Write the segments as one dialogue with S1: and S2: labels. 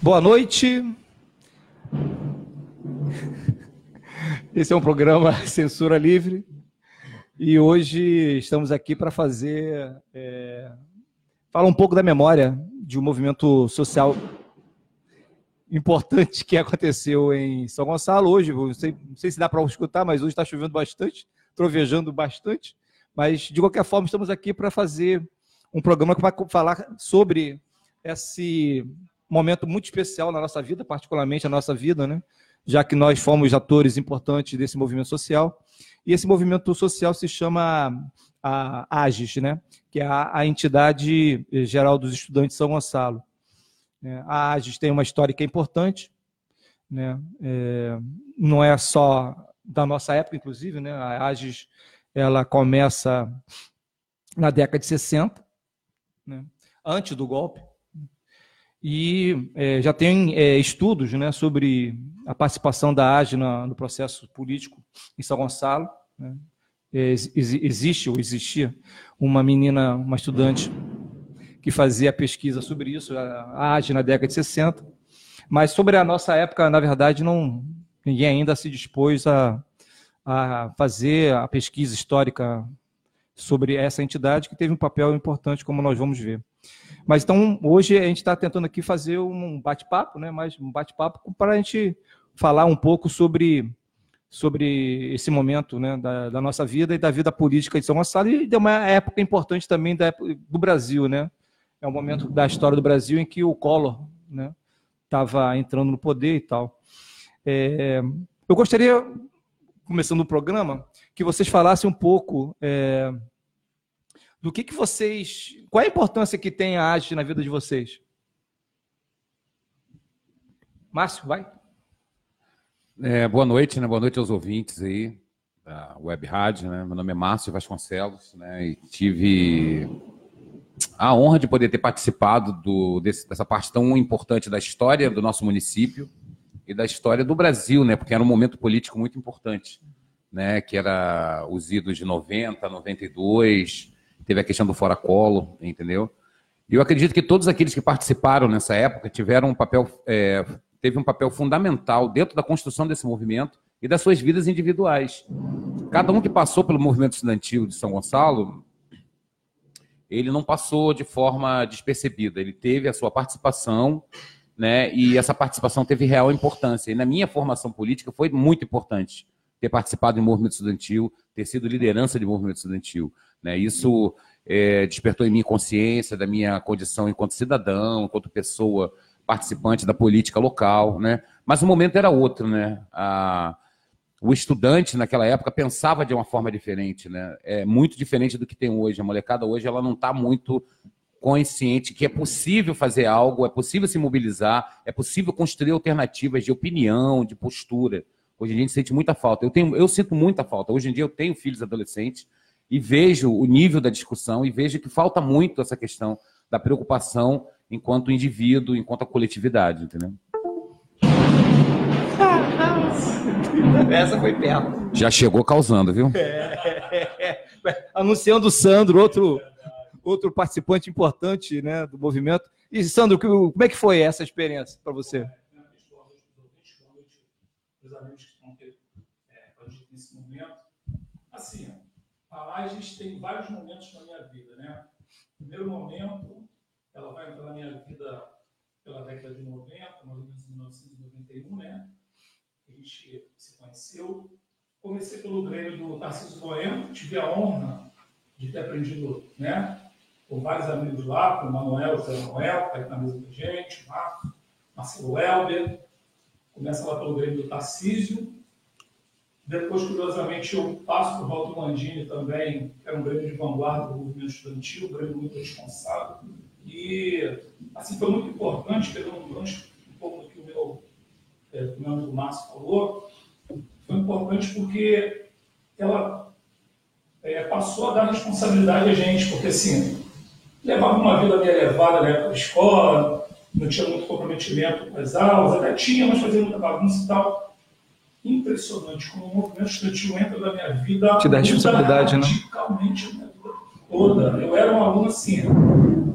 S1: Boa noite. Esse é um programa Censura Livre e hoje estamos aqui para fazer. É, falar um pouco da memória de um movimento social importante que aconteceu em São Gonçalo hoje. Não sei, não sei se dá para escutar, mas hoje está chovendo bastante, trovejando bastante. Mas, de qualquer forma, estamos aqui para fazer um programa que vai falar sobre esse momento muito especial na nossa vida, particularmente a nossa vida, né? já que nós fomos atores importantes desse movimento social. E esse movimento social se chama a AGES, né? que é a, a entidade geral dos estudantes de São Gonçalo. É, a AGES tem uma história que é importante, né? É, não é só da nossa época, inclusive, né? a AGES ela começa na década de 60, né? antes do golpe, e é, já tem é, estudos né, sobre a participação da AGE na, no processo político em São Gonçalo. Né? Ex existe ou existia uma menina, uma estudante, que fazia pesquisa sobre isso, a AGE na década de 60. Mas sobre a nossa época, na verdade, não, ninguém ainda se dispôs a, a fazer a pesquisa histórica sobre essa entidade, que teve um papel importante, como nós vamos ver. Mas então, hoje a gente está tentando aqui fazer um bate-papo, né? Mas um bate-papo para a gente falar um pouco sobre, sobre esse momento né? Da, da, nossa vida e da vida política de São Gonçalo e de uma época importante também da, do Brasil, né? É um momento da história do Brasil em que o Collor né? estava entrando no poder e tal. É, eu gostaria, começando o programa, que vocês falassem um pouco. É, do que, que vocês. Qual é a importância que tem a arte na vida de vocês? Márcio, vai.
S2: É, boa noite, né? Boa noite aos ouvintes aí da Web Rádio, né? Meu nome é Márcio Vasconcelos, né? E tive a honra de poder ter participado do, desse, dessa parte tão importante da história do nosso município e da história do Brasil, né? Porque era um momento político muito importante, né? Que era os idos de 90, 92, teve a questão do fora colo, entendeu? E eu acredito que todos aqueles que participaram nessa época tiveram um papel, é, teve um papel fundamental dentro da construção desse movimento e das suas vidas individuais. Cada um que passou pelo movimento estudantil de São Gonçalo, ele não passou de forma despercebida, ele teve a sua participação, né? E essa participação teve real importância. E na minha formação política foi muito importante ter participado de um movimento estudantil, ter sido liderança de um movimento estudantil. né. Isso é, despertou em mim consciência da minha condição enquanto cidadão, enquanto pessoa participante da política local. Né? Mas o momento era outro. Né? A, o estudante, naquela época, pensava de uma forma diferente. Né? É muito diferente do que tem hoje. A molecada hoje ela não está muito consciente que é possível fazer algo, é possível se mobilizar, é possível construir alternativas de opinião, de postura. Hoje em dia a gente sente muita falta. Eu, tenho, eu sinto muita falta. Hoje em dia eu tenho filhos adolescentes, e vejo o nível da discussão e vejo que falta muito essa questão da preocupação enquanto indivíduo, enquanto a coletividade, entendeu?
S1: Essa foi perto.
S2: Já chegou causando, viu?
S1: É, é, é. Anunciando o Sandro, outro, outro participante importante né, do movimento. E, Sandro, como é que foi essa experiência para você?
S3: Os amigos que estão aqui com a gente nesse momento. Assim, a Agis tem vários momentos na minha vida, né? Primeiro momento, ela vai entrar na minha vida pela década de 90, mais ou menos 1991, né? A gente se conheceu. Comecei pelo Grêmio do Tarcísio Boêmio, tive a honra de ter aprendido, né? Com vários amigos lá, com o Manuel, o Zé Manuel, que tá aqui na mesa com a gente, o Marco, Marcelo Helber. Começa lá pelo Grêmio do Tarcísio, depois, curiosamente, eu passo para o Walter Landini também, que era um grande de vanguarda do movimento estudantil, um grande muito responsável. E, assim, foi muito importante, pegando um gancho um pouco do que o meu, é, o meu amigo Márcio falou, foi importante porque ela é, passou a dar responsabilidade a gente, porque, assim, levava uma vida meio elevada na época da escola, não tinha muito comprometimento com as aulas, até tinha, mas fazia muita bagunça e tal impressionante como o movimento estudantil entra na minha vida.
S1: Te dá responsabilidade, né?
S3: Radicalmente a minha vida toda. Eu era um aluno assim,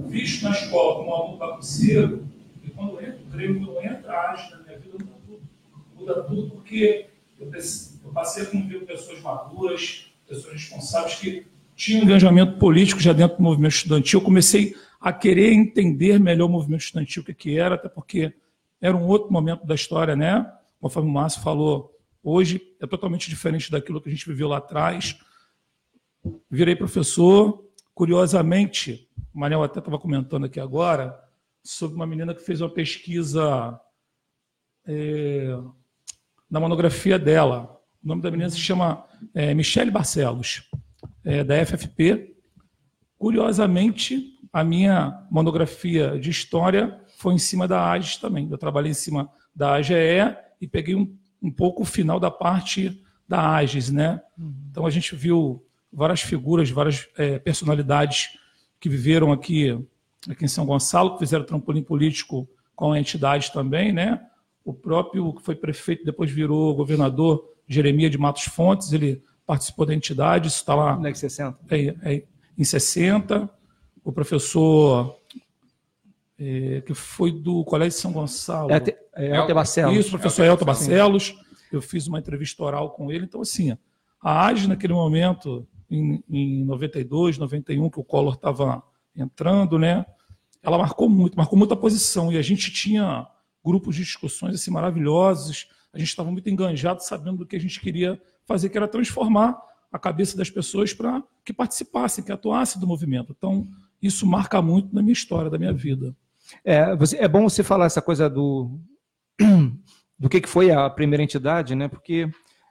S3: visto na escola como um aluno bagunceiro, e quando eu entro emprego não entra ágil na minha vida, muda tudo. Muda tudo porque eu, preci- eu passei a conviver com pessoas maduras, pessoas responsáveis que tinham um engajamento político já dentro do movimento estudantil. Eu comecei a querer entender melhor o movimento estudantil, o que, que era, até porque era um outro momento da história, né? Conforme o Márcio falou, hoje é totalmente diferente daquilo que a gente viveu lá atrás virei professor. Curiosamente, o Manel até estava comentando aqui agora sobre uma menina que fez uma pesquisa eh, na monografia dela. O nome da menina se chama eh, Michele Barcelos, eh, da FFP. Curiosamente, a minha monografia de história foi em cima da AGES também. Eu trabalhei em cima da AGE e peguei um, um pouco o final da parte da AGES, né? Então a gente viu várias figuras, várias eh, personalidades que viveram aqui, aqui em São Gonçalo, que fizeram trampolim político com a entidade também, né? O próprio que foi prefeito, depois virou governador, Jeremias de Matos Fontes, ele participou da entidade, isso está lá
S1: Onde é que você senta?
S3: é, é, em 60, o professor é, que foi do Colégio de São Gonçalo.
S1: É, te- é,
S2: É o-
S1: Alter Barcelos.
S3: Isso, professor
S2: Elton
S3: Elton Barcelos. Eu fiz uma entrevista oral com ele. Então, assim, a AGE, naquele momento, em, em 92, 91, que o Collor estava entrando, né? Ela marcou muito, marcou muita posição. E a gente tinha grupos de discussões assim, maravilhosos. A gente estava muito enganjado, sabendo do que a gente queria fazer, que era transformar a cabeça das pessoas para que participassem, que atuassem do movimento. Então, isso marca muito na minha história, da minha vida.
S1: É, você- é bom você falar essa coisa do do que, que foi a primeira entidade, né? Porque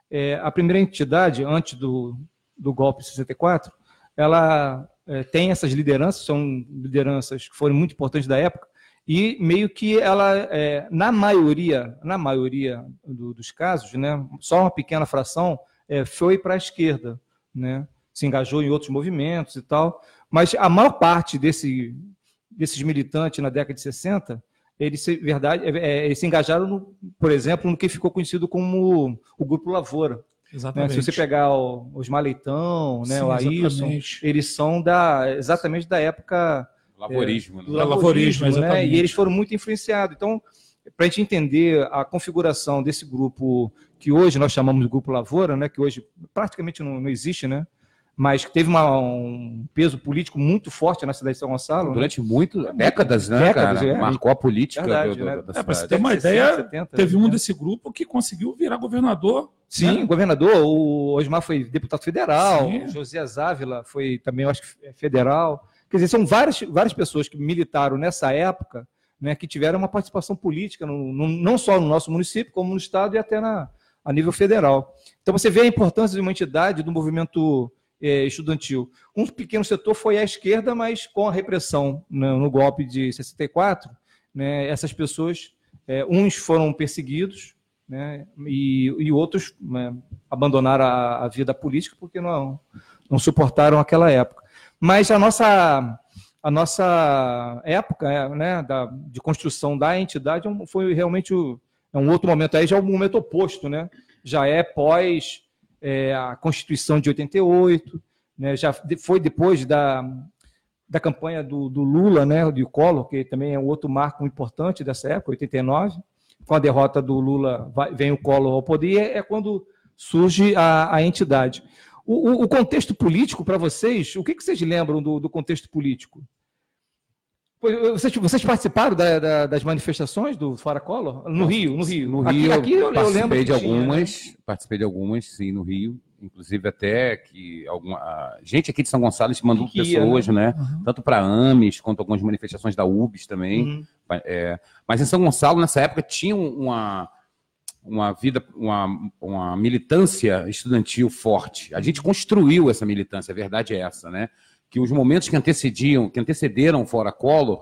S1: é, a primeira entidade, antes do, do golpe de 64, ela é, tem essas lideranças, são lideranças que foram muito importantes da época, e meio que ela, é, na maioria, na maioria do- dos casos, né, só uma pequena fração é, foi para a esquerda, né? Se engajou em outros movimentos e tal, mas a maior parte desse, desses militantes na década de 60, eles se, verdade, é, é, eles se engajaram, no, por exemplo, no que ficou conhecido como o Grupo Lavoura. né? Se você pegar o Osmar Leitão, né,
S3: Sim,
S1: o Ailson,
S3: exatamente.
S1: eles são da, exatamente da época
S2: Laborismo,
S1: do
S2: né?
S3: La-
S1: lavorismo,
S3: lavorismo,
S1: né?
S3: exatamente.
S1: e eles foram muito influenciados. Então, para a gente entender a configuração desse grupo que hoje nós chamamos de Grupo Lavoura, né? que hoje praticamente não, não existe, né? mas que teve uma- um peso político muito forte na cidade de São Gonçalo. né?
S2: Durante muito, décadas, né,
S1: Décadas,
S2: cara?
S1: é.
S2: Marcou a política
S1: Verdade,
S2: do- do-
S1: né?
S2: da
S1: É,
S2: cidade.
S3: pra se ter uma
S1: 60,
S3: ideia,
S1: 70,
S3: Teve um
S1: né?
S3: desse grupo que conseguiu virar governador.
S1: Sim,
S3: né?
S1: governador, o Osmar foi deputado federal,
S3: Sim.
S1: o José Závila foi também, eu acho que é federal. Quer dizer, são várias, várias pessoas que militaram nessa época, né, que tiveram uma participação política, no- no- não só no nosso município, como no estado e até na, a nível federal. Então você vê a importância de uma entidade do movimento eh, estudantil. Um pequeno setor foi à esquerda, mas com a repressão no, no golpe de 64, né, essas pessoas, eh, uns foram perseguidos, né, e, e outros né, abandonaram a, a vida política porque não, não suportaram aquela época. Mas a nossa, a nossa época eh, né, da, de construção da entidade é um- foi realmente o- é um outro momento. Aí já é um momento oposto, né? já é pós eh, a Constituição de 88, né? já de- foi depois da, da campanha do, do Lula, né, de Collor, que também é um outro marco importante dessa época, 89, com a derrota do Lula vai- vem o Collor ao poder, e é, é quando surge a, a entidade. O, o- o contexto político para vocês, o que, que vocês lembram do, do contexto político? Pois, eu- Vocês, vocês participaram da- da- das manifestações do Fora Collor? No Rio, no Rio.
S2: No
S1: Aqui-
S2: Rio,
S1: aqui eu- eu lembro
S2: participei
S1: que
S2: de
S1: tinha, né?
S2: algumas, participei de algumas, sim, no Rio. Inclusive até que alguma a gente aqui de São Gonçalo te mandou
S1: Que ia,
S2: pessoas, né?
S3: Aham.
S2: Tanto para AMES quanto algumas manifestações da UBS também.
S1: Uhum.
S2: É, mas em São Gonçalo nessa época tinha um, uma uma vida, uma, uma militância estudantil forte. A gente construiu essa militância, a verdade é essa, né? Que os momentos que antecediam, que antecederam o Fora Collor,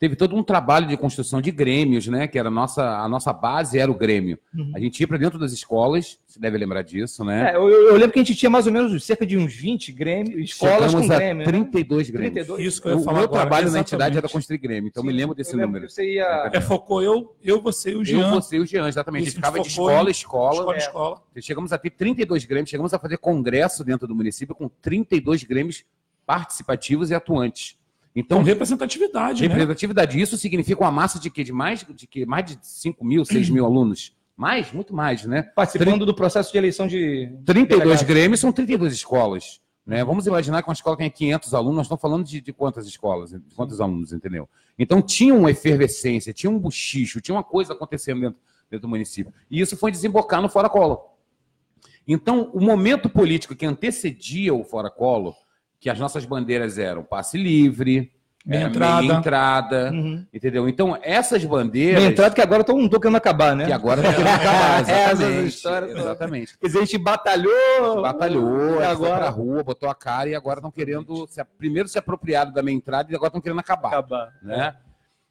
S2: teve todo um trabalho de construção de grêmios, né? Que era a nossa, a nossa base era o grêmio.
S1: Uhum.
S2: A gente ia para dentro das escolas, você deve lembrar disso, né?
S1: É, eu, eu lembro que a gente tinha mais ou menos cerca de uns 20 grêmios, escolas
S2: Chegamos
S1: com
S2: a
S1: Grêmio. né?
S2: 32 grêmios.
S1: 32.
S3: Isso que eu ia
S2: O
S3: falar
S2: meu
S3: agora,
S2: trabalho na
S3: exatamente.
S2: entidade era construir grêmio, então eu me lembro desse
S1: Eu lembro
S2: número.
S1: que você ia-
S3: É, focou eu, eu, você e o
S2: Eu,
S3: Jean.
S2: você e o Jean, exatamente. A gente
S3: Isso,
S2: ficava de
S3: focou
S2: escola a
S3: em-
S2: escola.
S3: escola,
S1: é.
S3: escola.
S2: Chegamos a ter 32 grêmios, chegamos a fazer congresso dentro do município com 32 grêmios participativos e atuantes. Então,
S3: Então, representatividade, né?
S2: representatividade. Isso significa uma massa de quê? De mais de, quê? Mais de 5 mil, 6 mil alunos? Mais? Muito mais, né?
S1: Participando do processo de eleição de.
S2: 32 grêmios são 32 escolas. Né? Vamos imaginar que uma escola tem 500 alunos, nós estamos falando de, de quantas escolas, de quantos alunos, entendeu? Então tinha uma efervescência, tinha um buchicho, tinha uma coisa acontecendo dentro, dentro do município. E isso foi desembocar no Fora Collor. Então, o momento político que antecedia o Fora Collor, que as nossas bandeiras eram passe livre,
S3: Meia
S2: eh,
S3: entrada.
S2: meia entrada
S1: Uhum.
S2: entendeu? Então, essas bandeiras...
S1: Bem entrado que agora estão tocando acabar, né?
S2: Que agora tá querendo acabar,
S1: Essas
S2: exatamente,
S1: histórias todas.
S2: exatamente.
S1: Quer dizer, a gente batalhou.
S2: Batalhou,
S1: E
S2: foi pra
S1: agora.
S2: rua, botou a cara e agora estão querendo se, primeiro se apropriar da minha entrada e agora estão querendo acabar,
S1: Acabar.
S2: né?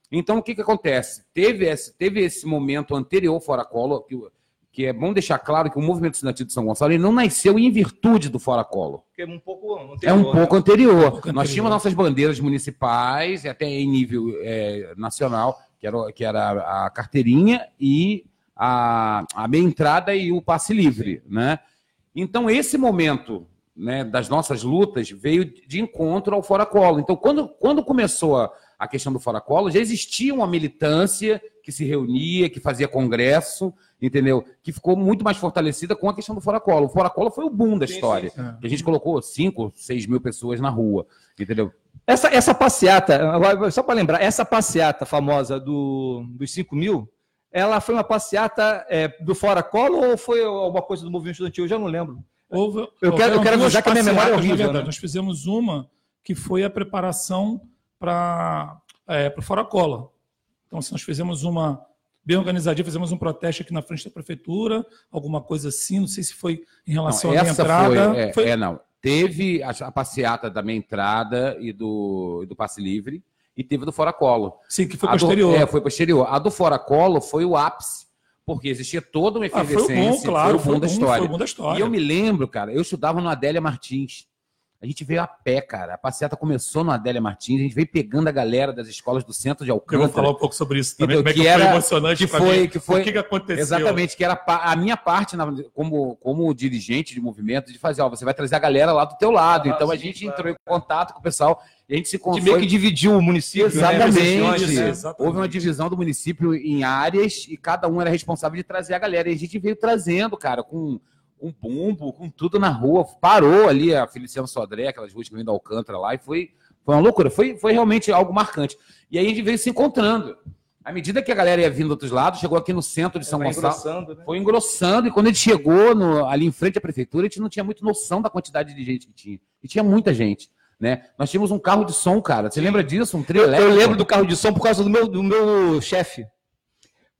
S2: Então o que que acontece? Teve esse, teve esse momento anterior fora colo que, o- que é bom deixar claro que o movimento estudantil de São Gonçalo ele não nasceu em virtude do fora colo.
S1: Porque é um pouco.
S2: É um pouco anterior.
S3: pouco
S2: Nós
S3: anterior.
S2: tínhamos nossas bandeiras municipais, e até em nível eh, nacional, que era, o- que era a carteirinha e a, a meia entrada e o passe livre. Né? Então, esse momento né, das nossas lutas veio de encontro ao Fora Colo. Então, quando, quando começou a, a questão do Fora Colo, já existia uma militância que se reunia, que fazia congresso, entendeu? Que ficou muito mais fortalecida com a questão do Fora Colo. O Fora Colo foi o boom da
S1: Sim, sim,
S2: história.
S3: É.
S2: Que a gente colocou 5, 6 mil pessoas na rua, entendeu?
S1: Essa, essa passeata, agora, só para lembrar, essa passeata famosa do, dos 5 mil, ela foi uma passeata é, do Fora Colo ou foi alguma coisa do movimento estudantil? Eu já não lembro.
S3: Houve,
S1: Eu quero- eu
S3: houveram
S1: quero
S3: duas
S1: avisar que a minha memória é
S3: passeatas, na
S1: horrível,
S3: verdade.
S1: né?
S3: Nós fizemos uma que foi a preparação para é, o Fora Cola. Então, assim, nós fizemos uma bem organizadinha, fizemos um protesto aqui na frente da prefeitura, alguma coisa assim, não sei se foi em
S2: Não,
S3: relação à minha
S2: essa foi,
S3: entrada.
S2: é,
S3: Foi-
S2: é, não. Teve a, a passeata da minha entrada e do, e do passe livre, e teve a do Fora Colo.
S3: sim, que foi
S2: A do-
S3: posterior.
S2: é, foi posterior. A do Fora Colo foi o ápice, porque existia toda uma
S3: Ah, foi o
S2: efervescência.
S3: bom, claro,
S2: foi o bom da história.
S3: Foi o bom da história.
S2: E eu me lembro, cara, eu estudava no Adélia Martins. A gente veio a pé, cara. A passeata começou no Adélia Martins, a gente veio pegando a galera das escolas do centro de
S3: Eu vou
S2: Alcântara.
S3: falar um pouco sobre isso
S2: Então,
S3: também, como é que,
S2: que
S3: foi
S2: era-
S3: emocionante
S2: que
S3: pra
S2: foi-
S3: mim.
S2: que foi-
S3: o que, que aconteceu.
S1: né?
S2: Exatamente, que era pa- a minha parte na- como, como dirigente de movimento de fazer, ó, você vai trazer a galera lá do teu lado.
S1: Ah,
S2: então a
S1: sim,
S2: gente
S1: claro.
S2: entrou em contato com o pessoal e a gente se
S1: Que
S2: con-
S1: meio
S2: foi-
S1: que dividiu o município.
S3: né?
S2: Exatamente.
S3: Divisões, né? Exatamente.
S2: Houve uma divisão do município em áreas e cada um era responsável de trazer a galera. E a gente veio trazendo, cara, com um bumbo, com tudo na rua. Parou ali a Feliciano Sodré, aquelas ruas que vêm da Alcântara lá, e foi, foi uma loucura. Foi, foi realmente algo marcante. E aí a gente veio se encontrando. À medida que a galera ia vindo de outros lados, chegou aqui no centro
S1: É,
S2: de São Gonçalo foi engrossando né? e quando ele chegou no- ali em frente à prefeitura, a gente não tinha muito noção da quantidade de gente que tinha. E tinha muita gente, né? Nós tínhamos um carro de som, cara. Você lembra disso? Um trio
S1: Eu, eu
S2: elétrico?
S1: lembro do carro de som por causa do meu, do meu chefe.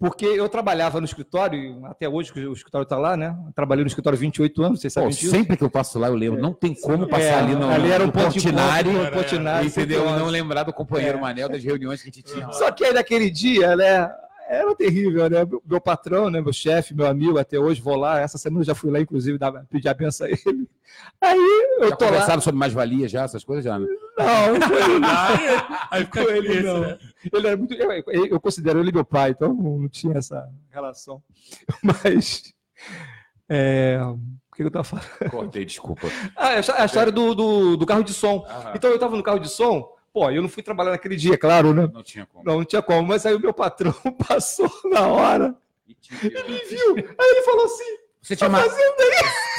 S1: Porque eu trabalhava no escritório, até hoje que o escritório está lá, né? Eu Trabalhei no escritório 28 anos, vocês
S2: Pô,
S1: sabem disso.
S2: sempre que eu passo lá, eu lembro. Não tem como passar
S1: É,
S2: ali no
S1: ali era um
S2: no
S1: ponto de
S2: Portinari,
S1: encontro, um Portinari,
S2: entendeu?
S1: sempre
S2: E não
S1: lá.
S2: lembrar do companheiro
S1: É.
S2: Manel das reuniões que a gente tinha. lá.
S1: Só que aí naquele dia, né? Era terrível, né? Meu, meu patrão, né? Meu chefe, meu amigo, até hoje vou lá. Essa semana eu já fui lá, inclusive, dar, pedir a benção a ele. Aí eu
S2: Já
S1: tô lá.
S2: conversaram sobre mais-valia, já, essas coisas já. né?
S1: Não, não foi ele.
S3: Ah, aí fica
S1: Com ele,
S3: esse,
S1: não.
S3: né?
S1: Ele era muito. Eu, eu- eu considero ele meu pai, então não tinha essa relação. Mas. é, o que eu tava falando?
S2: Cortei, desculpa.
S1: Ah, a história do, do, do carro de som.
S2: Ah,
S1: Então eu tava no carro de som, pô, eu não fui trabalhar naquele dia, claro, né?
S2: não tinha como.
S1: Não, não tinha como, mas aí o meu patrão passou na hora
S2: E tinha-
S1: e viu. Aí ele falou assim:
S2: Você tinha,
S1: tá
S2: ma-
S1: fazendo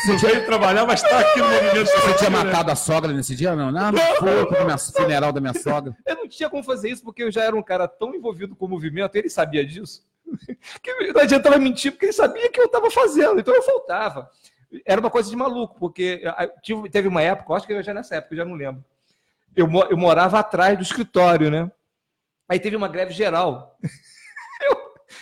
S3: Não veio trabalhar, mas está aqui no movimento. né?
S2: você tinha
S1: né?
S2: matado a sogra nesse dia? Não, não, não foi pro minha- funeral da minha sogra.
S1: Eu não tinha como fazer isso porque eu já era um cara tão envolvido com o movimento, ele sabia disso. Que não adiantava mentir, porque ele sabia que eu estava fazendo, então eu faltava. Era uma coisa de maluco, porque ah, tive- teve uma época, eu acho que eu já nessa época, eu já não lembro. Eu, mo- eu morava atrás do escritório, né? Aí teve uma greve geral.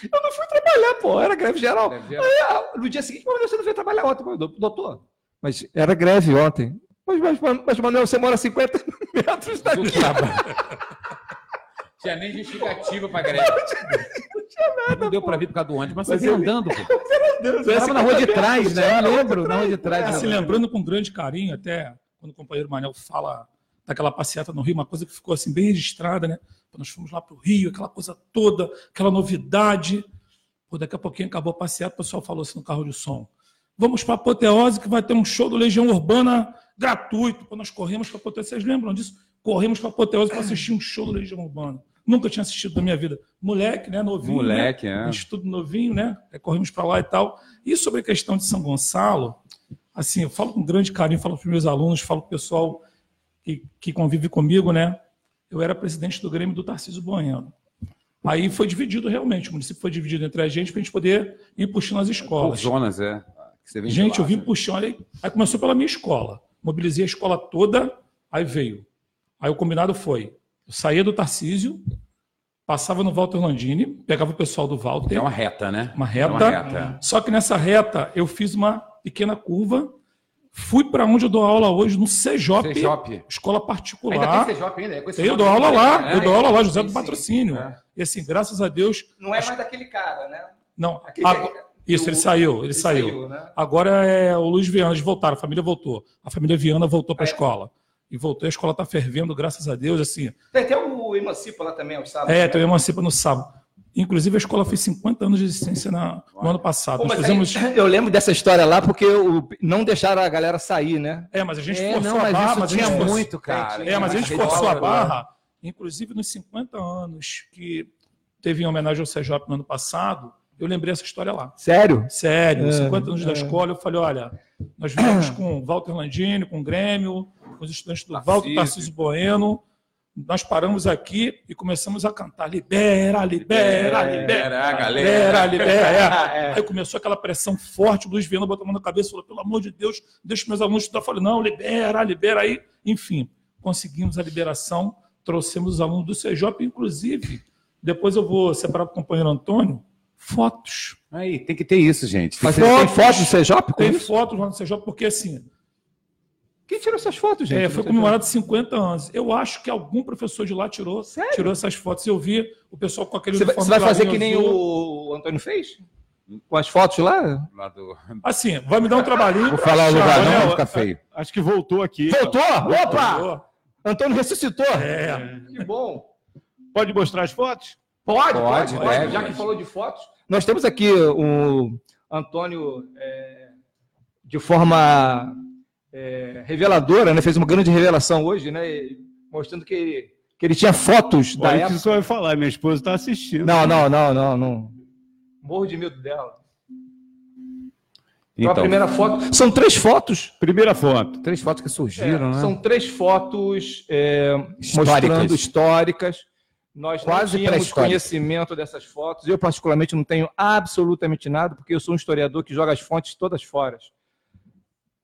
S1: Eu, eu não fui trabalhar, pô, era greve geral.
S2: É.
S1: Ah, No dia seguinte, Manoel, você não veio trabalhar ontem, Manoel. doutor. Mas era greve ontem. Mas, mas, mas Manoel, você mora a 50 metros daqui.
S2: Tinha nem justificativa pra greve. Não, tinha nada. Não deu pra vir por causa do ônibus, mas,
S1: Mas
S2: você veio
S1: eu-
S2: andando. Pô. Você tava na rua de trás, né? Eu lembro, na rua de
S3: Ah,
S2: trás.
S3: se
S2: né?
S3: lembrando com grande carinho, até quando o companheiro Manel fala daquela passeata no Rio, uma coisa que ficou assim bem registrada, né? Pô, Nós fomos lá para o Rio, aquela coisa toda, aquela novidade. Pô, daqui a pouquinho acabou a passeata, o pessoal falou assim no carro de som. Vamos para Apoteose, que vai ter um show do Legião Urbana gratuito. Pô, nós corremos para Apoteose. Vocês lembram disso? corremos para Apoteose para assistir um show do Legião Urbana. Nunca tinha assistido na minha vida. Moleque, né? Novinho. né?
S2: Moleque, é.
S3: gente tudo novinho, né? É, Corremos para lá e tal. E sobre a questão de São Gonçalo, assim, eu falo com grande carinho, falo para os meus alunos, falo para o pessoal que, que convive comigo, né? Eu era presidente do Grêmio do Tarcísio Bueno. Aí foi dividido realmente, o município foi dividido entre a gente para a gente poder ir puxando as escolas.
S2: Jonas, é. Que você vem de
S3: Gente,
S2: lá,
S3: eu vim
S2: né?
S3: puxando. Aí, aí começou pela minha escola. Mobilizei a escola toda, aí veio. Aí o combinado foi: eu saía do Tarcísio, passava no Walter Landini, pegava o pessoal do Walter.
S2: É uma reta, né?
S3: Uma
S2: É
S3: reta.
S2: uma reta.
S3: Só que nessa reta eu fiz uma pequena curva, fui para onde eu dou aula hoje, no CEJOP,
S2: CEJOP.
S3: escola
S2: Ainda
S3: particular.
S2: tem CJ ainda. é com esse
S3: Eu
S2: nome
S3: dou
S2: ainda,
S3: aula lá,
S2: né?
S3: eu dou aula lá, José
S2: Sim,
S3: do
S2: sim.
S3: Patrocínio.
S2: É.
S3: E assim, graças a Deus.
S4: Não é mais daquele cara, né?
S3: Não,
S4: Aquele-
S1: Ah,
S3: agora- isso, ele saiu, ele, saiu.
S4: né?
S3: Agora é o Luiz Viana, eles voltaram, a família voltou. A família Viana voltou para a
S4: Ah, é?
S3: escola. E voltou, a escola está fervendo, graças a Deus, assim.
S4: Tem até o Emancipa lá também, os sábados.
S3: É,
S4: né?
S3: tem emancipa no sábado. Inclusive, a escola fez 50 anos de existência na- no ano passado.
S4: Pô,
S3: Nós
S4: mas
S3: fizemos.
S4: aí-
S1: Eu lembro dessa história lá porque o- não deixaram a galera sair, né?
S3: É, mas a gente
S2: É,
S3: forçou
S2: não,
S3: a
S2: mas
S3: barra,
S2: isso
S3: mas a
S2: tinha
S3: gente forçou-
S2: muito, cara.
S3: É, mas a gente
S2: Tinha
S3: forçou a
S2: muito.
S3: barra, inclusive nos 50 anos que teve em homenagem ao CJ no ano passado, eu lembrei essa história lá.
S1: Sério?
S3: Sério,
S1: É,
S3: 50 anos da
S1: é.
S3: escola, eu falei, olha, nós viemos com o Walter Landini, com o Grêmio, com os estudantes do Walter,
S2: Tarcísio.
S3: Tarcísio Bueno, nós paramos aqui e começamos a cantar, libera,
S2: Libera,
S3: libera, libera,
S2: É, a galera.
S3: libera, libera.
S4: É.
S3: Aí começou aquela pressão forte, o Luiz Viana botou a mão na cabeça e falou, pelo amor de Deus, deixa os meus alunos estudar. Eu falei, não, libera, libera aí. Enfim, conseguimos a liberação, trouxemos os alunos do CEJOP, inclusive, depois eu vou separar para o companheiro Antônio, fotos.
S2: Aí, tem que ter isso, gente. Tem
S1: Mas
S2: que-
S1: tem foto do CEJOP com
S3: Tem
S1: isso?
S3: fotos lá no CJ, porque assim,
S1: Quem tirou essas fotos, gente?
S3: é, foi comemorado 50 anos. Eu acho que algum professor de lá tirou, tirou essas fotos. Eu vi o pessoal com aquele
S1: Você vai, você
S3: uniforme
S1: vai fazer
S3: clarinho
S1: que nem
S3: azul.
S1: o Antônio fez? Com as fotos lá?
S2: Lá do-
S3: Assim, vai me dar um trabalhinho.
S2: Vou falar o lugar, não,
S3: Anel,
S2: vai ficar feio.
S5: Acho que voltou aqui.
S1: Voltou? Opa!
S3: anel.
S1: Antônio ressuscitou!
S3: É,
S1: Que bom!
S5: Pode mostrar as fotos?
S1: Pode,
S2: Pode,
S1: pode, pode.
S2: deve.
S1: Já que falou de fotos, nós temos aqui o Antônio é, de forma é, reveladora, né? Fez uma grande revelação hoje, né? E Mostrando que, que ele tinha fotos da
S5: Olha o que
S1: época.
S5: você vai falar, minha esposa está assistindo.
S1: Não, não, não, não, não. Morro de medo dela. Então, a
S2: Então,
S1: primeira foto. São três fotos.
S5: Primeira foto.
S2: três fotos que surgiram,
S1: É,
S2: né?
S1: São três fotos é,
S2: Históricas.
S1: mostrando históricas. Nós
S2: Quase
S1: não tínhamos
S2: pré-históricas.
S1: conhecimento dessas fotos. Eu, particularmente, não tenho absolutamente nada, porque eu sou um historiador que joga as fontes todas fora.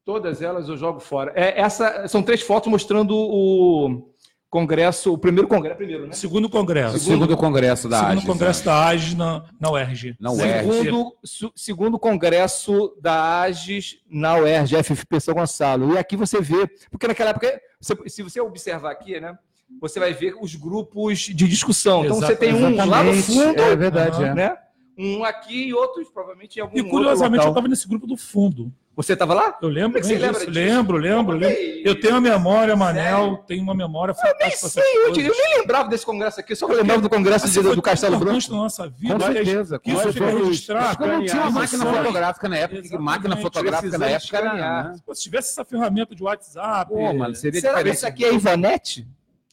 S1: Todas elas eu jogo fora. É, essa, são três fotos mostrando o congresso, o primeiro congresso, primeiro, né?
S3: segundo
S2: É O
S3: congresso.
S2: segundo congresso da
S3: segundo
S2: AGES,
S3: congresso
S1: é.
S2: né?
S3: da AGES na, na UERJ.
S2: Na UERJ.
S1: Segundo, su- segundo congresso da AGES na UERJ, FFP São Gonçalo. E aqui você vê, porque naquela época, você- se você observar aqui, né? Você vai ver os grupos de discussão. Então
S3: Exa-
S1: você tem um lá no fundo,
S2: né? É verdade,
S3: Aham.
S2: é.
S1: né? Um aqui e outros provavelmente em algum
S3: E curiosamente
S1: outro local.
S3: eu estava nesse grupo do fundo.
S1: Você estava lá?
S3: Eu lembro
S1: Como é que
S3: bem
S1: você lembra
S3: disso.
S1: disso?
S3: Lembro, lembro, lembro. Eu tenho a memória, Manel, tenho uma memória fantástica.
S1: sei, eu, te- eu nem lembrava desse congresso aqui, só que eu lembrava do congresso de,
S3: Assim, foi
S1: do Castelo Branco.
S3: importante na nossa vida.
S2: Com certeza.
S3: Que
S2: Com
S3: isso
S5: Olha,
S3: fica
S5: foi o-
S3: registrado.
S2: Como não tinha uma máquina
S3: Exatamente.
S2: fotográfica na época, que máquina
S3: Exatamente.
S2: fotográfica na época
S1: Precisamos
S2: era, né?
S3: Pô, Se tivesse essa ferramenta de WhatsApp,
S2: Pô, mano, seria
S1: Será que
S2: diferente.
S1: essa aqui é Ivanete?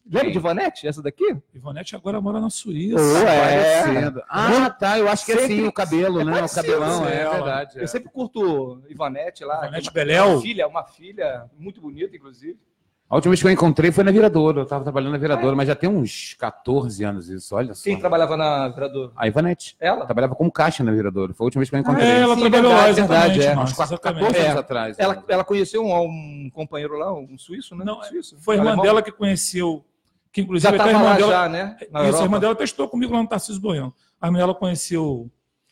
S1: Lembra
S2: Quem?
S1: de Ivanete? Essa daqui?
S3: Ivonete agora mora na Suíça.
S1: Ou
S2: Parecendo. Ah, tá, eu acho que é
S1: Sempre-
S2: assim, o cabelo, né? O
S1: parecido,
S2: cabelão,
S3: né?
S2: é verdade. é.
S1: Eu sempre curto Ivanete lá.
S3: Ivanete
S1: que é uma-
S3: Beléu.
S1: Uma filha, uma filha muito bonita, inclusive.
S2: A última vez que eu encontrei foi na Viradouro, eu tava trabalhando na
S1: É.
S2: Viradouro, mas já tem uns 14 anos isso, olha só.
S1: Quem trabalhava na Virador?
S2: A Ivanete.
S1: Ela?
S2: Trabalhava como caixa na Viradouro, foi a última vez que eu encontrei.
S3: É, ela
S1: Sim,
S3: trabalhou lá,
S1: verdade,
S3: exatamente,
S1: verdade, é.
S3: Márcio,
S2: Uns 4,
S3: exatamente.
S2: 14 anos
S1: É.
S2: atrás. né?
S1: Ela, ela conheceu um, um companheiro lá, um suíço, né?
S3: Não, é-
S1: suíço.
S3: Foi a irmã
S1: Alemão?
S3: dela que conheceu, que
S1: Já
S3: inclusive até a
S1: estava
S3: irmã
S1: lá
S3: dela.
S1: já, né? Na
S3: Isso, a irmã
S1: Europa.
S3: dela testou comigo lá no Tarcísio Boiano. A irmã dela conheceu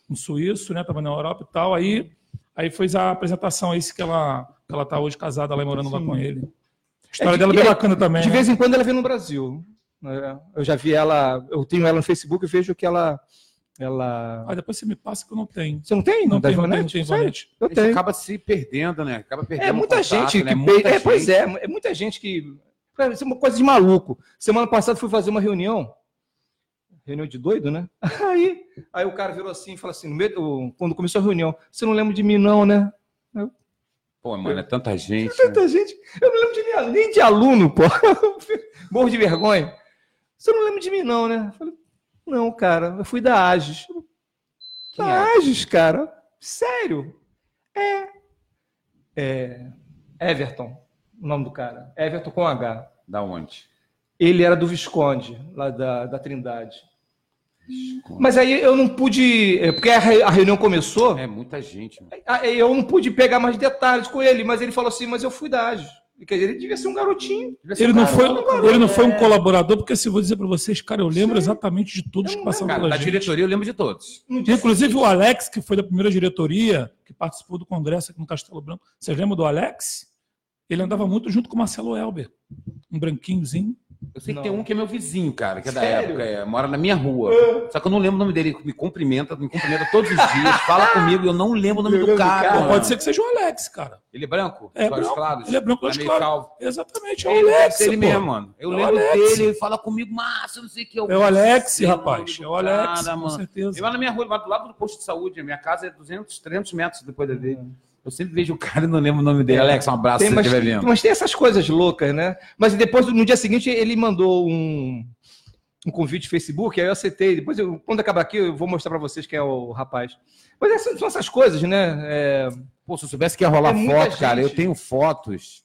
S3: um suíço, né? Tava na Europa e tal. Aí, aí fez a apresentação, é isso que ela, que ela tá hoje casada lá e morando lá com ele. A história
S1: É, de-
S3: dela é bem
S1: é,
S3: bacana também.
S1: De
S3: né?
S1: vez em quando ela vem no Brasil. né? Eu já vi ela, eu tenho ela no Facebook e vejo que ela. ela...
S3: Ah, depois você me passa que eu não tenho.
S1: Você não tem?
S3: Não,
S1: da
S3: tenho, não tenho, não
S1: Ivanete?
S3: tenho
S1: Sério?
S3: Ivonete.
S1: Eu
S2: Isso
S1: tenho.
S2: acaba se perdendo, né? Acaba perdendo
S1: É muita
S2: o contato,
S1: gente
S2: né?
S1: que
S2: Muita
S1: pe- é, pois
S2: gente.
S1: é, é muita gente que. Cara, isso é uma coisa de maluco. Semana passada fui fazer uma reunião. Reunião de doido, né? Aí, aí o cara virou assim e falou assim: no meio do- quando começou a reunião, você não lembra de mim, não, né? Eu,
S2: Pô, mano, é tanta gente. né?
S1: Tanta gente. Eu não lembro de nem, nem de aluno, pô. Morro de vergonha. Você não lembra de mim, não, né? Eu falei, não, cara, eu fui da Ages.
S2: Quem
S1: Da
S2: é?
S1: Ages, cara? Sério? É. É. Everton, o nome do cara. Everton com H.
S2: Da onde?
S1: Ele era do Visconde, lá da, da Trindade. Mas aí eu não pude. é, Porque a re- a reunião começou.
S2: É muita gente. mano.
S1: Ah, Eu não pude pegar mais detalhes com ele, mas ele falou assim: mas eu fui da Ages. Quer dizer, ele devia ser um garotinho.
S2: Devia ser
S3: Ele não,
S2: um
S3: foi,
S2: garoto.
S3: ele não foi um colaborador, porque se eu vou dizer para vocês, cara, eu lembro exatamente de todos que passaram
S2: Cara,
S3: pela
S2: da
S3: gente.
S2: diretoria eu lembro de todos.
S1: Não disse-
S3: Inclusive o Alex, que foi da primeira diretoria, que participou do congresso aqui no Castelo Branco. Vocês lembram do Alex? Ele andava muito junto com o Marcelo Elber. Um branquinhozinho.
S2: Eu sei
S1: Não.
S2: que tem um que é meu vizinho, cara, que é da
S1: Sério?
S2: época, é, mora na minha rua.
S3: É.
S2: Só que eu não lembro o nome dele, ele me cumprimenta, me cumprimenta todos os dias, fala comigo, eu não lembro o nome do
S1: Lembro do
S2: cara.
S1: cara.
S3: Pô,
S2: mano.
S3: Pode ser que seja o Alex, cara.
S2: Ele é branco?
S3: É
S2: Olhos
S3: branco.
S2: claros?
S3: Ele é branco,
S2: Tá
S3: olhos
S2: meio
S3: claros.
S2: calvo.
S3: Exatamente, é o
S2: Ele deve
S3: Alex.
S2: ser ele
S3: pô.
S2: mesmo, mano. Eu
S3: É o
S2: lembro
S3: Alex.
S2: dele, ele fala comigo, Márcio, não sei o que. Eu
S3: É o Alex,
S2: sei nome
S3: rapaz.
S2: do
S3: É o Alex,
S2: cara,
S3: com
S2: mano. Ele é
S3: certeza.
S2: mora na minha rua, ele mora do lado do posto de saúde. A minha casa é 200, 300 metros depois da dele. Eu sempre vejo o cara e não lembro o nome dele. Alex, um abraço
S1: É, Tem,
S2: se você
S1: mas,
S2: estiver vendo.
S1: mas tem essas coisas loucas, né? Mas depois, no dia seguinte, ele mandou um, um convite no Facebook, aí eu aceitei. Depois, eu- quando acabar aqui, eu vou mostrar pra vocês quem é o rapaz. Mas essas- são essas coisas, né? É,
S2: Pô, se eu soubesse que ia rolar
S1: É muita
S2: foto, cara, eu
S1: gente.
S2: tenho fotos.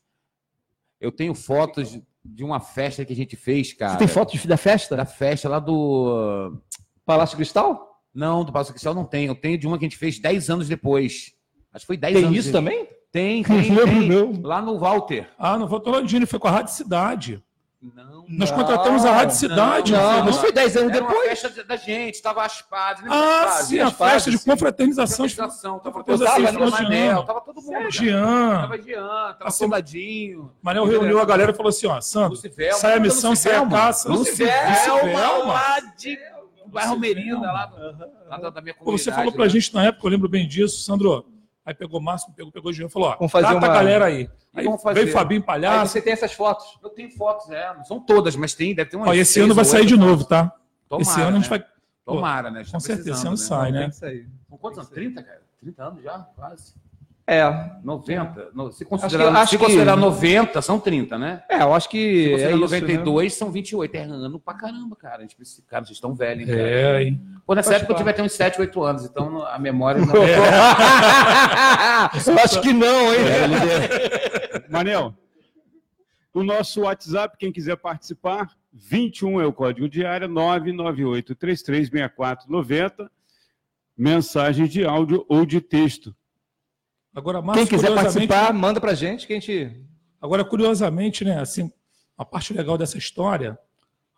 S2: Eu tenho fotos de uma festa que a gente fez, cara.
S1: Você tem foto de- da festa?
S2: Da festa lá do.
S1: Palácio Cristal?
S2: Não, do Passo Cristal não tem. Eu tenho de uma que a gente fez 10 anos depois. Acho que foi 10
S1: Tem
S2: anos.
S1: isso
S2: de-
S1: também?
S2: Tem, tem, tem. Lá no Walter.
S3: Ah, não foi o Tolandini, foi com a Rádio Cidade.
S2: Não.
S3: Nós
S1: Não,
S3: contratamos a Rádio Cidade.
S2: não,
S3: foi,
S2: não.
S1: mas foi 10 anos
S2: Era uma
S1: depois.
S2: festa da gente, tava aspado. né?
S3: Ah,
S2: Tava
S3: sim, a
S2: aspado,
S3: festa de
S2: assim,
S3: confraternização.
S2: confraternização, Tava
S3: Coisa
S2: tava
S1: assim,
S2: Tava
S3: Jean.
S2: Manel, tava todo mundo. cara.
S3: Jean.
S2: Tava Jean, tava
S3: Assim,
S2: Soldadinho,
S3: Manel reuniu a galera e falou assim: ó, Santos,
S2: Lucifer.
S3: sai a missão,
S2: Lucifer,
S3: sai a
S2: mano.
S3: caça.
S2: Lucifer,
S3: Lucifer,
S2: Lucifer,
S3: mano.
S2: lá de do bairro Merino,
S3: mano.
S2: lá, lá da- da minha comunidade.
S3: Pô, você falou pra
S2: né?
S3: gente na época, eu lembro bem disso, Sandro. Aí pegou o Márcio, pegou, pegou o Jean e falou: ó,
S1: Vamos fazer
S3: trata
S1: uma-
S3: a galera aí.
S2: E
S3: Aí
S2: vamos fazer.
S3: veio Fabinho
S1: Aí
S3: Palhaço.
S1: você tem essas fotos.
S2: Eu tenho fotos, é, não são todas, mas tem, deve ter umas
S3: Ó, e esse
S2: seis
S3: ano vai
S2: ou
S3: sair
S2: oito.
S3: de novo, tá?
S2: Tomara,
S3: esse ano a gente
S2: né?
S3: vai. Pô,
S2: Tomara, né? A gente
S3: Com
S2: tá
S3: certeza, esse
S2: precisando, né?
S3: ano sai, né?
S1: É Isso aí.
S2: São quantos anos? 30, cara? 30 anos já, quase.
S1: É,
S2: 90? No- se
S1: Acho
S2: considerar,
S1: que- acho
S2: se
S1: que-
S2: considerar 90, são 30, né?
S1: é, eu acho
S2: Se
S1: que. É
S2: considerar
S3: né?
S1: isso,
S2: 92, são 28. É ano pra caramba, cara. A gente precisa... Cara, vocês estão velhos, hein, cara.
S3: É, hein?
S2: Pô, nessa
S1: Faz
S2: época eu
S1: parte.
S2: tive até uns 7, 8 anos, então a memória... Não...
S1: né? eu acho que não, hein?
S5: Manel, o nosso WhatsApp, quem quiser participar, 21 é o código de área, 998336490, mensagem de áudio ou de texto.
S3: Agora, Márcio,
S1: Quem quiser
S3: curiosamente,
S1: participar, manda pra gente que a gente.
S3: Agora, curiosamente, né, assim, a parte legal dessa história,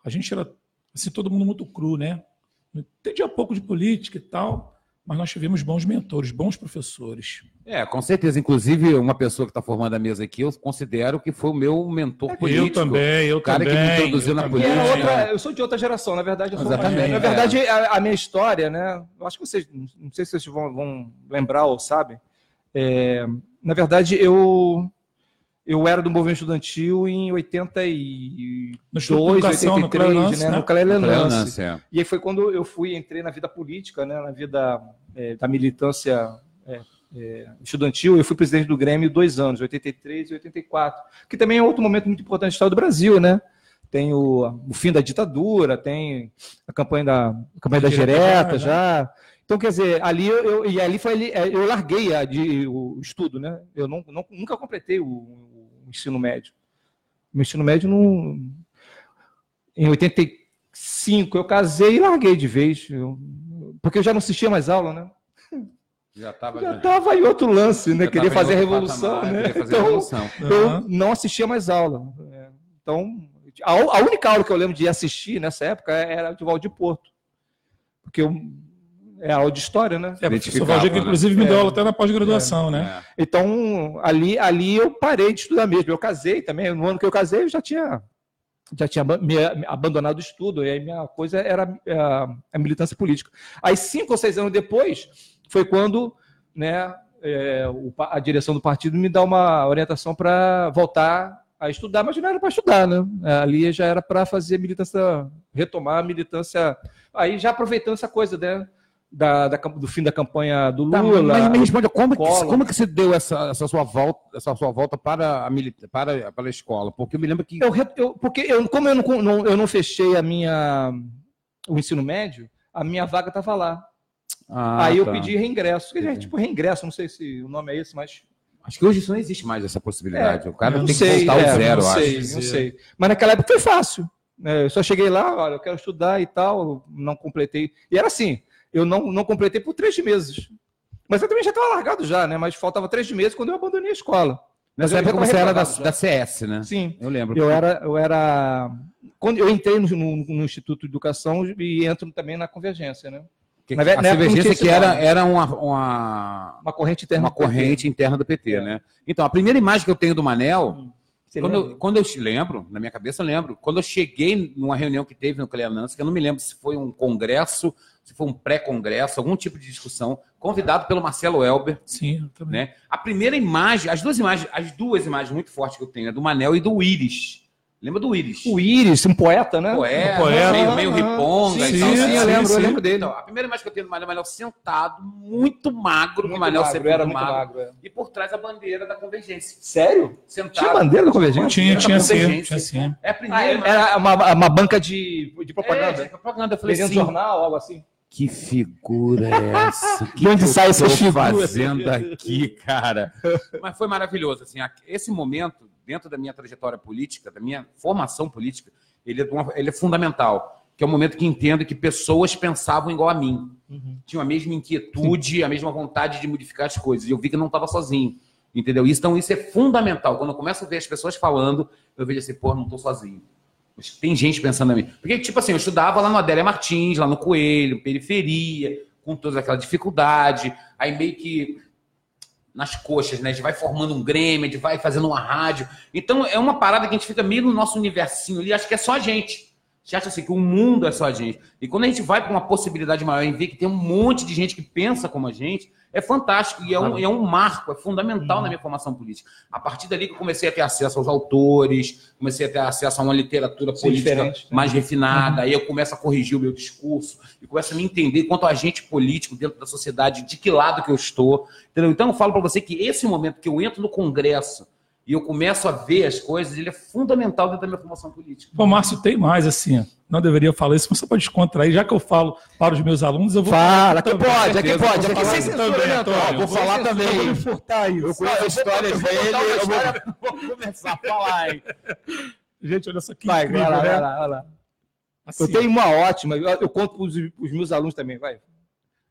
S3: a gente era, assim, todo mundo muito cru, né? Não Entendia pouco de política e tal, mas nós tivemos bons mentores, bons professores.
S2: É, com certeza. Inclusive, uma pessoa que está formando a mesa aqui, eu considero que foi o meu mentor É político.
S3: eu
S2: O cara que me introduziu na
S1: E era
S2: política.
S1: outra- eu sou de outra geração, na verdade. Eu sou
S2: né? Exatamente,
S1: mais velho. Na
S2: é.
S1: verdade, a, a minha história, né? Eu acho que vocês, não sei se vocês vão, vão lembrar ou sabem. é, na verdade, eu eu era do movimento estudantil em 82,
S3: No Instituto de Educação, no
S1: 83,
S3: Clarence,
S1: né?
S3: né?
S1: No Clelenance.
S2: Cleonance, é.
S1: E aí foi quando eu fui entrei na vida política, né? Na vida é, da militância é, é, estudantil. Eu fui presidente do Grêmio dois anos, 83 e 84, que também é outro momento muito importante da história do Brasil, né? Tem o, o fim da ditadura, tem a campanha da a campanha da
S3: Direta
S1: direta
S3: já,
S1: já. Então, quer dizer, ali eu, eu- e ali foi ali, é, eu larguei a de- o estudo, né? Eu não, não- nunca completei o, o ensino médio. Meu ensino médio não em 85 eu casei e larguei de vez, eu- porque eu já não assistia mais aula, né?
S2: Já tá, estava...
S1: Já tava em outro lance, né? Queria fazer a revolução, né?
S2: Queria fazer
S1: Então,
S2: revolução.
S3: Aham.
S1: eu não assistia mais aula. É, Então, a, u- a única aula que eu lembro de assistir nessa época é, era de Valdir Porto. Porque eu- é aula de história, né?
S3: É, o professor
S2: Identificava,
S3: Valdir, que
S2: né?
S3: inclusive me deu
S1: É.
S3: aula até na pós-graduação, né?
S2: É.
S1: Então, ali, ali eu parei de estudar mesmo. Eu casei também. No ano que eu casei, eu já tinha, já tinha aban- me me abandonado o estudo. E aí minha coisa era é, a militância política. Aí, cinco ou seis anos depois, foi quando né, é, o pa- a direção do partido me dá uma orientação para voltar a estudar, mas não era para estudar, né? Ali já era para fazer militância, retomar a militância. Aí já aproveitando essa coisa, né? da- da cam- do fim da campanha do
S2: Tá,
S1: Lula.
S2: mas me responde, como, que,
S1: Collor.
S2: como que se deu essa, essa sua volta, essa sua volta para, a milita, para, para a escola? Porque eu me lembro que.
S1: Eu, re- eu- porque eu, como eu não, con- não- eu não fechei a minha, o ensino médio, a minha vaga estava lá.
S2: Ah,
S1: Aí eu
S2: tá.
S1: pedi reingresso. Que é
S2: Entendi.
S1: tipo reingresso, não sei se o nome é esse, mas.
S2: Acho que hoje isso não existe mais essa possibilidade. o cara
S3: eu
S2: tem
S1: não
S2: que
S1: sei,
S2: voltar
S1: é,
S2: ao zero, eu
S1: não
S2: acho.
S1: sei, não sei. Mas naquela época foi fácil. né? Eu só cheguei lá, olha, eu quero estudar e tal, não completei. E era assim, eu não, não completei por três meses. Mas eu também já estava largado já, né? Mas faltava três meses quando eu abandonei a escola.
S2: Nessa
S1: Eu
S2: época
S1: tava
S2: você era da,
S1: reprovado já.
S2: da CS, né?
S1: Sim.
S2: Eu lembro.
S1: Eu era, eu era. Quando eu entrei no, no- no Instituto de Educação e entro também na Convergência, né?
S2: Que,
S1: na ve-
S2: a
S1: na época não
S2: Convergência
S1: tinha esse
S2: que era,
S1: nome.
S2: era uma, uma,
S1: Uma corrente interna.
S2: uma corrente interna do PT,
S1: É. Hum,
S2: né? Então, a primeira imagem que eu tenho do Manel.
S1: Você
S2: Quando
S1: lembra?
S2: eu, quando eu che- lembro, na minha cabeça eu lembro, quando eu cheguei numa reunião que teve no Cleanança, que eu não me lembro se foi um congresso, se foi um pré-congresso, algum tipo de discussão, convidado pelo Marcelo Elber,
S3: Sim, eu
S1: Hum.
S3: também.
S2: né? A primeira imagem, as duas imagens, as duas imagens muito fortes que eu tenho é do Manel e do Íris. Lembra do Íris?
S1: O Íris, um poeta, né?
S2: Poeta,
S3: Poeta.
S2: meio, meio
S1: Ah,
S2: riponga
S3: sim,
S2: e tal.
S3: sim,
S2: né?
S3: eu lembro, eu
S1: lembro dele.
S2: Então, a primeira imagem que eu tenho do Manel, Manel sentado, muito magro, que o
S1: Muito
S2: Manel
S1: magro,
S2: sempre
S1: era
S2: muito
S1: muito
S2: magro,
S1: magro. é.
S2: e por trás a bandeira da Convergência.
S1: Sério?
S2: Sentado.
S1: Tinha bandeira da
S3: Não
S1: Convergência?
S3: tinha, tinha sim,
S2: Convergência.
S3: tinha assim. sim.
S2: É a
S1: Ah,
S2: primeira
S1: era era uma, uma banca de, de
S2: propaganda.
S1: propaganda.
S2: propaganda. Eu falei
S1: Vendendo
S2: assim,
S1: jornal, algo assim.
S2: que figura é essa? Que
S1: De onde
S2: que
S1: sai
S2: eu
S1: essa
S2: tô
S1: figura?
S2: fazendo aqui, cara? Mas foi maravilhoso, assim, a- esse momento dentro da minha trajetória política, da minha formação política, ele é, de uma- ele é fundamental, que é o momento que entendo que pessoas pensavam igual a mim.
S1: Uhum.
S2: Tinham a mesma inquietude, a mesma vontade de modificar as coisas. E eu vi que eu não estava sozinho. Entendeu? Isso- Então, isso é fundamental. Quando eu começo a ver as pessoas falando, eu vejo assim, pô, não estou sozinho. Mas Tem gente pensando em mim. Porque, tipo assim, eu estudava lá no Adélia Martins, lá no Coelho, periferia, com toda aquela dificuldade. Aí meio que nas coxas, né? A gente vai formando um Grêmio, a gente vai fazendo uma rádio. Então é uma parada que a gente fica meio no nosso universinho ali, acho que é só a gente. A gente acha assim que o mundo é só a gente. E quando a gente vai para uma possibilidade maior e vê que tem um monte de gente que pensa como a gente, é fantástico. E é um, é um marco, é fundamental na minha formação política. A partir dali que eu comecei a ter acesso aos autores, comecei a ter acesso a uma literatura
S1: Sim,
S2: política
S1: diferente, né?
S2: mais refinada, aí eu começo a corrigir o meu discurso e começo a me entender quanto agente político dentro da sociedade, de que lado que eu estou. Entendeu? Então eu falo para você que esse momento que eu entro no Congresso e eu começo a ver as coisas, ele é fundamental dentro da minha formação política.
S3: Pô, Márcio, tem mais, assim. Não deveria falar isso, mas só para descontrair. Já que eu falo para os meus alunos, eu vou.
S1: Fala,
S3: aqui pode, aqui pode, aqui sem censura, né, Antônio?
S1: Vou falar também. Vou furtar isso.
S5: Eu conheço histórias dele, eu vou- vou começar a falar, hein?
S3: Gente, olha só que
S1: Vai,
S3: incrível,
S1: vai lá,
S3: né?
S1: vai lá, vai lá.
S3: Assim,
S1: Eu tenho uma ótima, eu, eu conto para os meus alunos também, vai.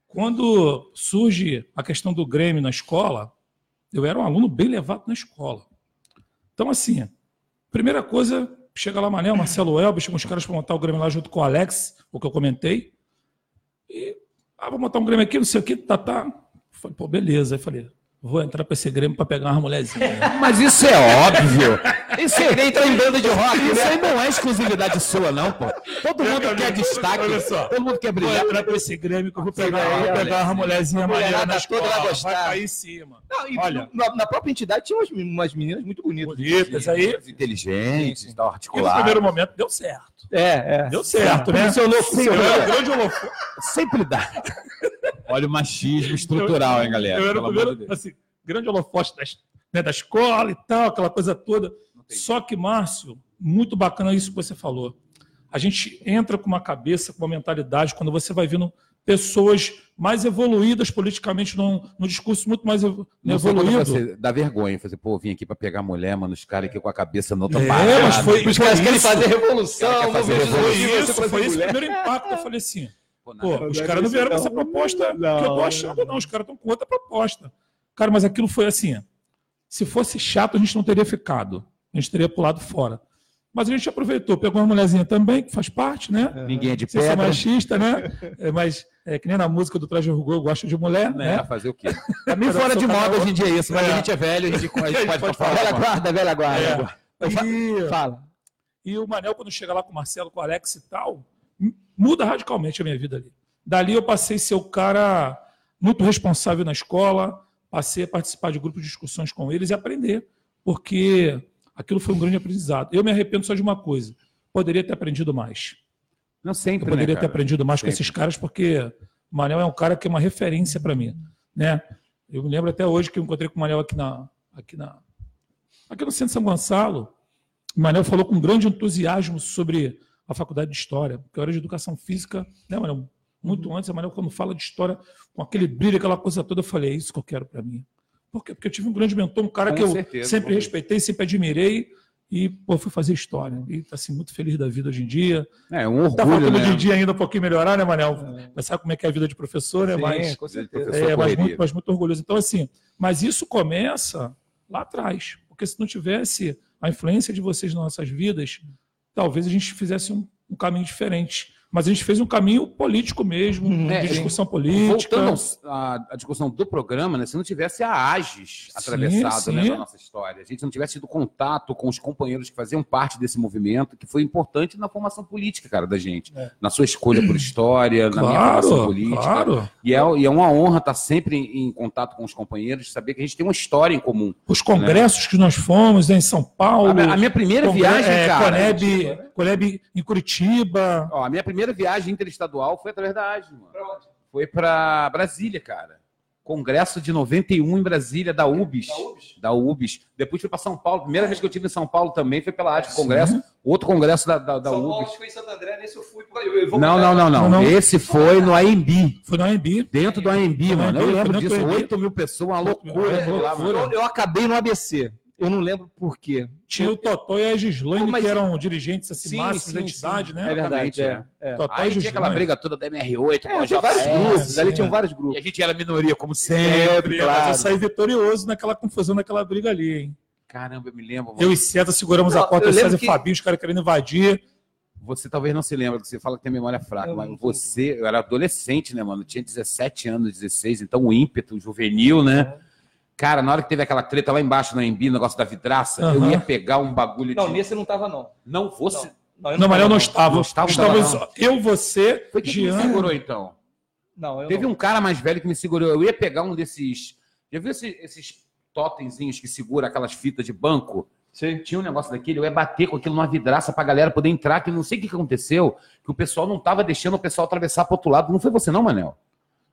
S3: Quando surge a questão do Grêmio na escola, eu era um aluno bem levado na escola. Então, assim, primeira coisa, chega lá Manel, Marcelo Elber, chegam os caras para montar o Grêmio lá junto com o Alex, o que eu comentei. E, ah, vou montar um Grêmio aqui, não sei o que, tá, tá. Falei, pô, beleza. Aí falei, vou entrar para esse Grêmio para pegar umas mulherzinhas.
S2: Mas isso é óbvio. Isso é
S1: Entra em banda de rock, né?
S2: Isso aí não é exclusividade sua, não, pô. Todo mundo quer destaque.
S3: olha só.
S2: Todo mundo quer
S3: Vou
S2: brilhar.
S3: entrar pra esse Grêmio que eu vou pegar,
S1: vai,
S3: vou pegar uma mulherzinha maneira
S1: mulherada
S3: na
S1: toda
S3: escola.
S1: vai gostar.
S3: Vai cair em cima.
S1: Olha,
S3: Olha.
S1: na, na própria entidade tinha umas, men- umas meninas muito bonitas.
S3: Bonitas é. aí.
S2: Inteligentes, tal,
S3: E no
S2: articulado.
S3: primeiro momento deu certo.
S1: É, é.
S3: Deu certo, né?
S1: Funcionou,
S3: Eu
S2: é
S3: era o
S1: funcionou.
S3: grande holofote.
S2: Sempre dá. Olha o machismo estrutural, hein, galera?
S3: Eu era o
S2: Pelo amor
S3: primeiro,
S2: de Deus.
S3: assim, grande holofote da, es- né, da escola e tal, aquela coisa toda. Só que, Márcio, muito bacana isso que você falou. A gente entra com uma cabeça, com uma mentalidade, quando você vai vendo pessoas mais evoluídas politicamente, num, num discurso muito mais evo-
S2: Não sei quando
S3: evoluído.
S2: Você dá vergonha. Fazer, pô, vim aqui pra pegar mulher, mano. Os caras aqui com a cabeça no outro
S3: É,
S2: parada.
S3: mas foi-
S1: Os caras querem
S3: isso.
S1: fazer revolução,
S2: Ela quer fazer
S1: movimentos
S3: Foi
S2: revolução.
S1: estudantis,
S3: isso,
S1: você
S3: foi
S1: fazer
S3: esse o
S1: mulher.
S3: primeiro impacto. Eu falei assim,
S2: Pô, nada.
S3: Pô, os caras não vieram com essa proposta que eu tô achando, não. Os caras estão com outra proposta. Cara, mas aquilo foi assim. Se fosse chato, a gente não teria ficado. A gente teria pulado fora. Mas a gente aproveitou, pegou uma mulherzinha também, que faz parte, né?
S2: Ninguém é de
S3: Sem ser
S2: pedra.
S3: machista, né? É, mas é que nem na música do Traje Rigor, eu gosto de mulher,
S2: Né?
S3: né?
S2: Fazer o quê?
S3: É meio
S2: fora de moda hoje
S3: em dia isso,
S2: Mas a gente é velho, a gente, a gente pode, falar.
S1: Velha guarda, velha guarda. Eu fa-
S3: E,
S1: Fala.
S3: e o Manel, quando chega lá com o Marcelo, com o Alex e tal, m- muda radicalmente a minha vida ali. Dali eu passei a ser o cara muito responsável na escola, passei a participar de grupos de discussões com eles e aprender, porque aquilo foi um grande aprendizado. Eu me arrependo só de uma coisa: poderia ter aprendido mais.
S2: Não
S3: Eu
S2: sempre,
S3: poderia
S2: né, cara?
S3: ter aprendido mais com
S2: Sempre.
S3: esses caras, porque O Manel é um cara que é uma referência para mim, né? Eu me lembro até hoje que eu encontrei com o Manel aqui na aqui na aqui no centro de São Gonçalo. O Manel falou com grande entusiasmo sobre a faculdade de história, porque eu era de educação física, né, Manel?
S2: Uhum.
S3: Muito antes, o Manel quando fala de história com aquele brilho, aquela coisa toda, eu falei, é isso que eu quero para mim. Por quê? Porque eu tive um grande mentor, um cara
S2: Com
S3: que eu
S2: certeza,
S3: sempre
S2: com
S3: respeitei, sempre admirei e pô, fui fazer história. E tá assim muito feliz da vida hoje em dia.
S2: É, um orgulho,
S3: Tá faltando
S2: né?
S3: de dia ainda um pouquinho melhorar, né, Manel? Mas sabe como é que é a vida de professor, né?
S6: Sim,
S3: mas,
S6: com
S2: de
S6: certeza.
S2: professor
S3: é, mas,
S2: correria.
S3: muito, mas muito orgulhoso. Então, assim, mas isso começa lá atrás. Porque se não tivesse a influência de vocês nas nossas vidas, talvez a gente fizesse um, um caminho diferente. Mas a gente fez um caminho político mesmo,
S2: É,
S3: de discussão política.
S2: Voltando aos- à, à discussão do programa, né, se não tivesse a Agis atravessado
S3: sim.
S2: né, na nossa história, a gente não tivesse tido contato com os companheiros que faziam parte desse movimento, que foi importante na formação política, cara, da gente. Na sua escolha por história, na minha formação
S3: É. Claro,
S2: política.
S3: claro.
S2: E, é, e é uma honra estar sempre em, em contato com os companheiros, saber que a gente tem uma história em comum.
S3: Os congressos que nós fomos né, em São Paulo.
S2: A, minha- a minha primeira
S3: congre-
S2: viagem,
S3: é,
S2: cara.
S3: Coneb, Coneb em Curitiba.
S2: Ó, a minha primeira viagem interestadual foi através da Agis, mano. Foi pra Brasília, cara. Congresso de 91 em Brasília, da UBS. Da UBS. Depois fui pra São Paulo. Primeira vez que eu tive em São Paulo também foi pela Agis Congresso. Outro congresso da, da, da
S7: São Paulo
S2: UBS.
S7: ficou em Santo André, nesse eu fui. pra- Eu, eu vou
S2: Não, não, não, não,
S3: Não, não.
S2: Esse foi no AMB.
S3: Foi na AMB.
S2: Dentro do AMB,
S3: Foi no
S2: mano. Eu
S3: AMB,
S2: lembro
S3: foi dentro
S2: disso.
S3: do AMB.
S2: 8 mil pessoas, uma
S3: É,
S2: loucura. aquilo lá, mano.
S3: loucura.
S1: Eu acabei no ABC. Eu não lembro por quê.
S3: Tinha o Totó e a Gislaine,
S1: Pô, mas-
S3: que eram dirigentes assim,
S1: Sim,
S3: máximos da
S1: sim,
S3: entidade,
S2: É
S3: né?
S2: verdade. É.
S3: Totó
S2: Aí
S3: e
S2: tinha aquela
S3: Gislaine.
S2: briga toda da MR8, com a
S1: É, tinha vários
S2: JF.
S1: grupos,
S3: é.
S1: ali tinham vários
S2: E
S1: grupos.
S2: a gente era minoria, como
S3: Sempre,
S2: sempre.
S3: mas eu
S2: claro.
S3: saí vitorioso naquela confusão, naquela briga ali, hein?
S2: Caramba, eu me lembro. mano.
S3: Eu e César seguramos
S1: Não,
S3: a corda,
S1: eu
S3: o César
S1: lembro
S3: e
S1: que-
S3: Fabinho, os caras querendo invadir.
S2: Você talvez não se lembra, porque você fala que tem memória fraca, mas você, eu era adolescente, né, mano? Eu tinha 17 anos, 16, então o ímpeto juvenil, né? Cara, na hora que teve aquela treta lá embaixo na Embi, o negócio da vidraça, eu
S3: Aham.
S2: ia pegar um bagulho
S7: Não,
S2: de.
S7: nesse eu não tava, não.
S2: Não fosse.
S7: Não, eu
S3: Não, mas eu não estava.
S2: Não estava,
S3: Estávamos
S2: não.
S3: eu, você,
S2: Foi quem que me
S3: Jean.
S2: segurou, então.
S7: Não, eu
S2: Teve
S7: não.
S2: um cara mais velho que me segurou. Eu ia pegar um desses. Já viu esse- esses totemzinhos que segura aquelas fitas de banco?
S6: Sim.
S2: Tinha um negócio daquele, eu ia bater com aquilo numa vidraça pra galera poder entrar, que eu não sei o que que aconteceu, que o pessoal não tava deixando o pessoal atravessar pro outro lado. Não foi você, não, Manel?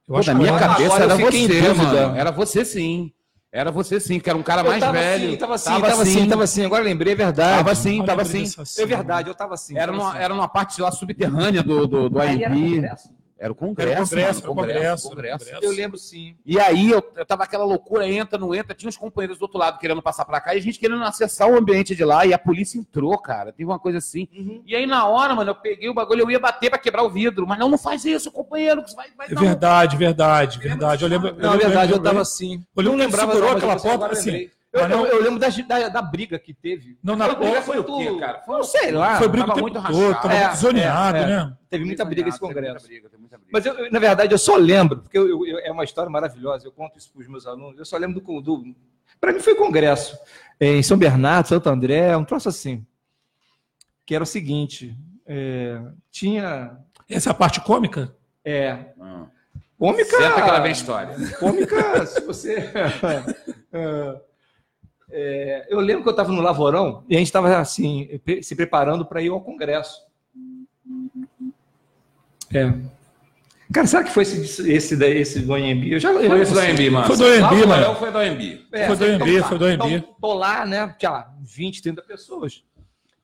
S3: Eu
S2: Pô,
S3: acho
S2: na
S3: que
S2: minha
S3: eu-
S2: cabeça
S1: agora
S2: era
S1: eu fiquei em
S2: você,
S1: dúvida.
S2: mano. Era você sim. Era você sim, que era um cara mais
S1: tava
S2: velho.
S1: assim, tava assim, tava, assim, tava assim. Agora eu lembrei, é verdade.
S2: Tava assim,
S3: eu
S2: tava
S3: lembrei
S2: assim.
S3: dessa
S1: É
S3: cena.
S1: verdade, eu tava assim.
S2: Era
S1: tava
S2: numa,
S1: assim.
S2: era numa parte lá subterrânea do, do, do
S7: Aí era
S1: um
S2: AMB.
S7: congresso.
S2: Era o
S3: Era
S2: congresso,
S3: congresso,
S2: mano,
S3: era congresso, era
S2: congresso.
S3: congresso.
S1: Eu lembro sim.
S2: E aí eu, eu tava aquela loucura, entra, não entra, tinha uns companheiros do outro lado querendo passar pra cá e a gente querendo acessar o ambiente de lá e a polícia entrou, cara. Teve uma coisa assim.
S1: Uhum.
S2: E aí na hora, mano, eu peguei o bagulho, eu ia bater pra quebrar o vidro, mas não, não faz isso, companheiro, que você vai, vai
S3: É
S2: dar um-
S3: verdade, verdade, verdade. Eu lembro.
S1: Não, é verdade, eu tava assim.
S3: Eu lembro que ele segurou aquela porta
S1: agora
S3: assim.
S1: lembrei. Eu,
S3: Mas não-
S1: eu- eu lembro da, da, da briga que teve.
S3: Não, na porta.
S2: Foi o quê, cara? Foi,
S1: Não sei lá.
S3: Foi briga o
S2: tava
S3: tempo
S2: muito
S3: todo,
S2: rachado.
S3: tava muito
S1: É,
S3: zoneado,
S1: é,
S3: né?
S1: Teve muita briga esse congresso.
S2: Tem muita briga, tem muita briga.
S1: Mas, eu- eu, na verdade, eu só lembro, porque eu- eu- eu- é uma história maravilhosa, eu conto isso para os meus alunos, eu só lembro do... do para mim foi congresso, eh, em São Bernardo, Santo André, um troço assim, que era o seguinte, eh, tinha...
S3: Essa é a parte cômica?
S1: É,
S2: Hum.
S1: cômica...
S2: Senta que lá vem a história.
S1: Cômica, se você... É, é, eu lembro que eu estava no Lavorão e a gente estava assim, pe- se preparando para ir ao congresso. É. Cara, será que foi esse, esse, da- esse do AMB? Eu já eu já-
S2: Foi isso da AMB, mano.
S3: Foi do AMB,
S2: Lá o
S3: mano.
S2: Manel Foi do AMB.
S1: É,
S3: Foi do AMB, foi do
S1: Então,
S3: AMB.
S1: tô lá, né? Tinha lá 20, 30 pessoas.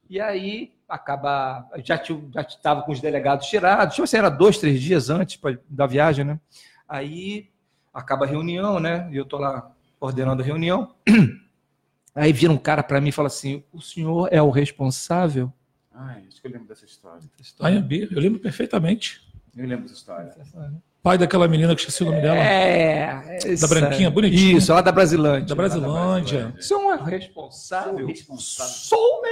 S1: E aí acaba. Já tinha- já estava com os delegados tirados. Tipo assim, era dois, três dias antes pra- da viagem, né? Aí acaba a reunião, né? E eu tô lá coordenando a reunião. Aí vira um cara para mim e fala assim: o senhor é o responsável?
S2: Ai, acho que eu lembro dessa história.
S3: AMB, eu lembro perfeitamente.
S2: Eu lembro dessa história.
S3: Pai daquela menina que esqueci o nome dela.
S1: É.
S3: Da
S1: essa-
S3: branquinha, bonitinha.
S1: Isso, lá da Brasilândia.
S3: Da Brasilândia.
S1: O senhor é o responsável?
S2: responsável
S1: Sou, né?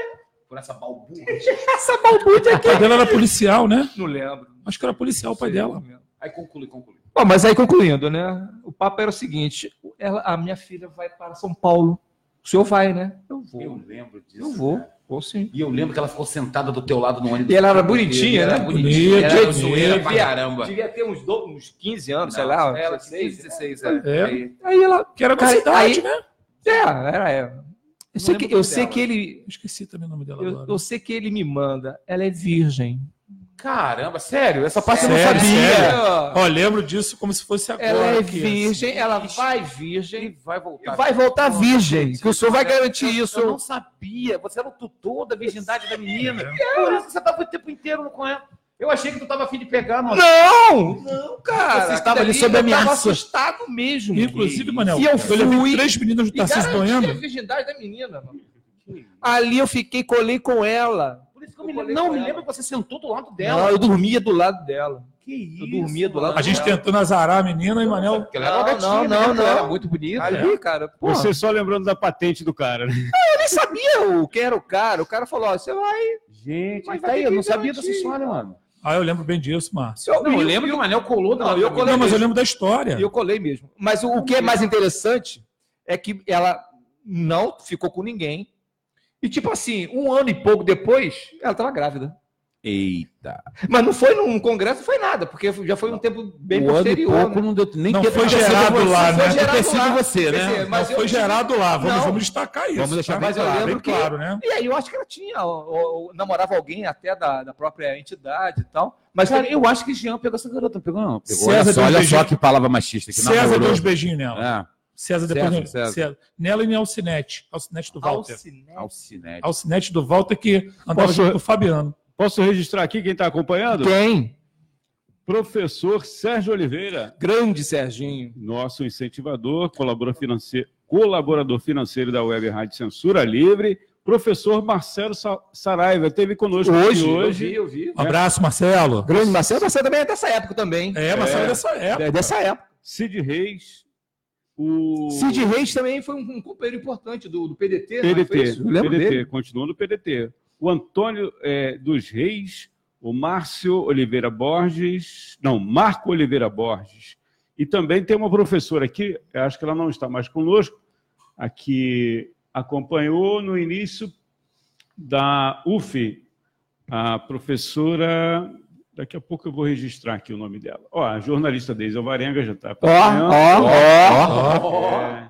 S2: por essa balbúrdia.
S1: Essa balbúrdia
S3: O pai dela era policial, né?
S1: Não lembro.
S3: Acho que era policial o pai dela.
S2: Aí conclui, conclui.
S1: Bom, mas aí concluindo, né? O papo era o seguinte: ela, a minha filha vai para São Paulo. O senhor vai, né? Eu vou.
S2: Eu lembro disso.
S1: Eu vou.
S2: cara.
S1: Vou sim.
S2: E eu lembro que ela ficou sentada do teu lado no ônibus.
S1: E ela era bonitinha,
S2: Ela era
S1: né?
S2: bonitinha, ela era
S3: Bonita,
S2: zoeira pra
S1: bonita.
S2: caramba.
S1: Devia ter uns, do- uns 15 anos, sei
S2: Não,
S1: lá.
S2: Ela,
S1: 16.
S2: 16, 16,
S3: É.
S2: é. Aí,
S1: Aí ela.
S3: Que era da
S1: Cara,
S3: cidade,
S1: aí-
S3: né?
S1: É, era ela. Eu sei,
S2: lembro
S1: que, eu
S2: o nome
S1: sei
S2: dela.
S1: que ele.
S3: Esqueci também o nome dela
S1: Eu,
S3: agora.
S1: eu sei que ele me manda. Ela é virgem.
S2: Caramba, sério? Essa parte eu não
S3: Sério,
S2: sabia.
S3: sério. Ó, lembro disso como se fosse agora. assim.
S1: Ela é
S3: que-
S1: virgem, ela vai virgem.
S2: E vai voltar.
S1: Vai voltar virgem, que o senhor vai garantir
S2: eu,
S1: isso.
S2: Eu não sabia. Você era o tutor da virgindade da menina. Por isso que você tava o tempo inteiro com ela. Eu achei que tu tava afim de pegar, não.
S1: Não! Não, cara.
S2: Você estava ali
S1: Aquilo
S2: sob
S1: eu tava
S2: ameaça.
S1: assustado mesmo.
S3: Inclusive, Manel,
S1: E eu fui-
S3: levei três meninas do
S1: E
S3: Tarcísio
S1: garanti a
S3: Doendo.
S1: virgindade da menina. Mano. Ali eu fiquei, colei com ela.
S2: Por isso que eu me lembro. Não, me lembro que você sentou do lado dela.
S1: Não, eu dormia do lado dela.
S2: que isso?
S1: eu dormia do lado
S3: A gente tentando azarar a menina e Manel.
S2: Porque ela era uma
S1: Não,
S2: gatinha,
S1: não,
S2: né?
S1: não,
S2: Ela Era
S1: não.
S2: muito bonita.
S1: Ali, cara, porra,
S5: Você só lembrando da patente do cara. né?
S1: eu nem sabia o que era o cara. O cara falou, ó, você vai...
S2: Gente, tá
S1: Mas
S2: mas
S1: vai
S2: daí,
S1: ter
S2: eu
S1: que
S2: não sabia
S1: garantir.
S2: dessa história, mano.
S3: Ah, eu lembro bem disso, Márcio.
S2: Não, eu lembro que o Manel colou da
S1: Não, eu colei
S3: Não, mas eu
S1: mesmo.
S3: lembro da história.
S1: E eu colei mesmo. Mas o, o que é mais interessante é que ela não ficou com ninguém. E, tipo assim, um ano e pouco depois, ela estava grávida.
S2: Eita.
S1: Mas não foi num congresso, não foi nada, porque já foi um tempo né? bem
S2: o ano e
S1: posterior.
S2: pouco não deu nem
S3: Não
S2: tempo
S3: foi
S2: pra ter sido
S3: gerado
S2: você,
S3: lá,
S2: foi
S3: né?
S2: gerado
S1: Ter sido
S2: lá.
S1: você,
S2: Quer
S1: né?
S2: dizer,
S1: mas
S3: Não, foi
S1: eu-
S3: gerado lá. Vamos,
S1: Não.
S3: vamos destacar isso.
S2: Vamos deixar
S3: tá?
S2: bem
S3: Mas eu
S2: claro,
S3: lembro
S1: bem
S3: que- claro, né?
S1: E aí eu acho que ela tinha, ó, ó, namorava alguém até da, da própria entidade e tal. Mas
S2: Cara, eu acho que Jean pegou essa garota, não pegou não. Pegou.
S3: César
S2: olha só,
S3: deu um
S2: olha
S3: beijinho.
S2: só que palavra machista que
S3: César
S2: namorou.
S3: deu uns beijinhos
S2: É,
S3: nela. César depois.
S2: César,
S3: César,
S2: César.
S3: Nela e em Alcinete. Alcinete do Walter.
S2: É,
S1: Alcinete.
S2: Alcinete.
S3: Alcinete do Walter que andava
S5: Posso-
S3: junto com o Fabiano.
S5: Posso registrar aqui quem está acompanhando?
S1: Tem.
S5: Professor Sérgio Oliveira,
S1: Grande Serginho.
S5: nosso incentivador, colaborador financeiro, colaborador financeiro da Web Rádio Censura Livre. Professor Marcelo Sa- Saraiva esteve conosco aqui
S1: Hoje,
S5: hoje.
S1: eu vi, eu vi.
S3: Um abraço, Marcelo.
S1: Grande Marcelo, Marcelo também é dessa época também.
S3: É, Marcelo
S5: É.
S3: dessa época.
S1: É dessa época.
S5: Cid Reis, o
S1: Cid Reis também foi um, um companheiro importante do, do PDT. não é? Foi
S5: PDT,
S1: isso? Eu lembro
S5: PDT,
S1: dele.
S5: continua no PDT. O Antônio eh, dos Reis, o Márcio Oliveira Borges, não, Marco Oliveira Borges. E também tem uma professora aqui, eu acho que ela não está mais conosco, a que acompanhou no início da UF, a professora. Daqui a pouco eu vou registrar aqui o nome dela. Ó, a jornalista Deise Alvarenga já está acompanhando. É.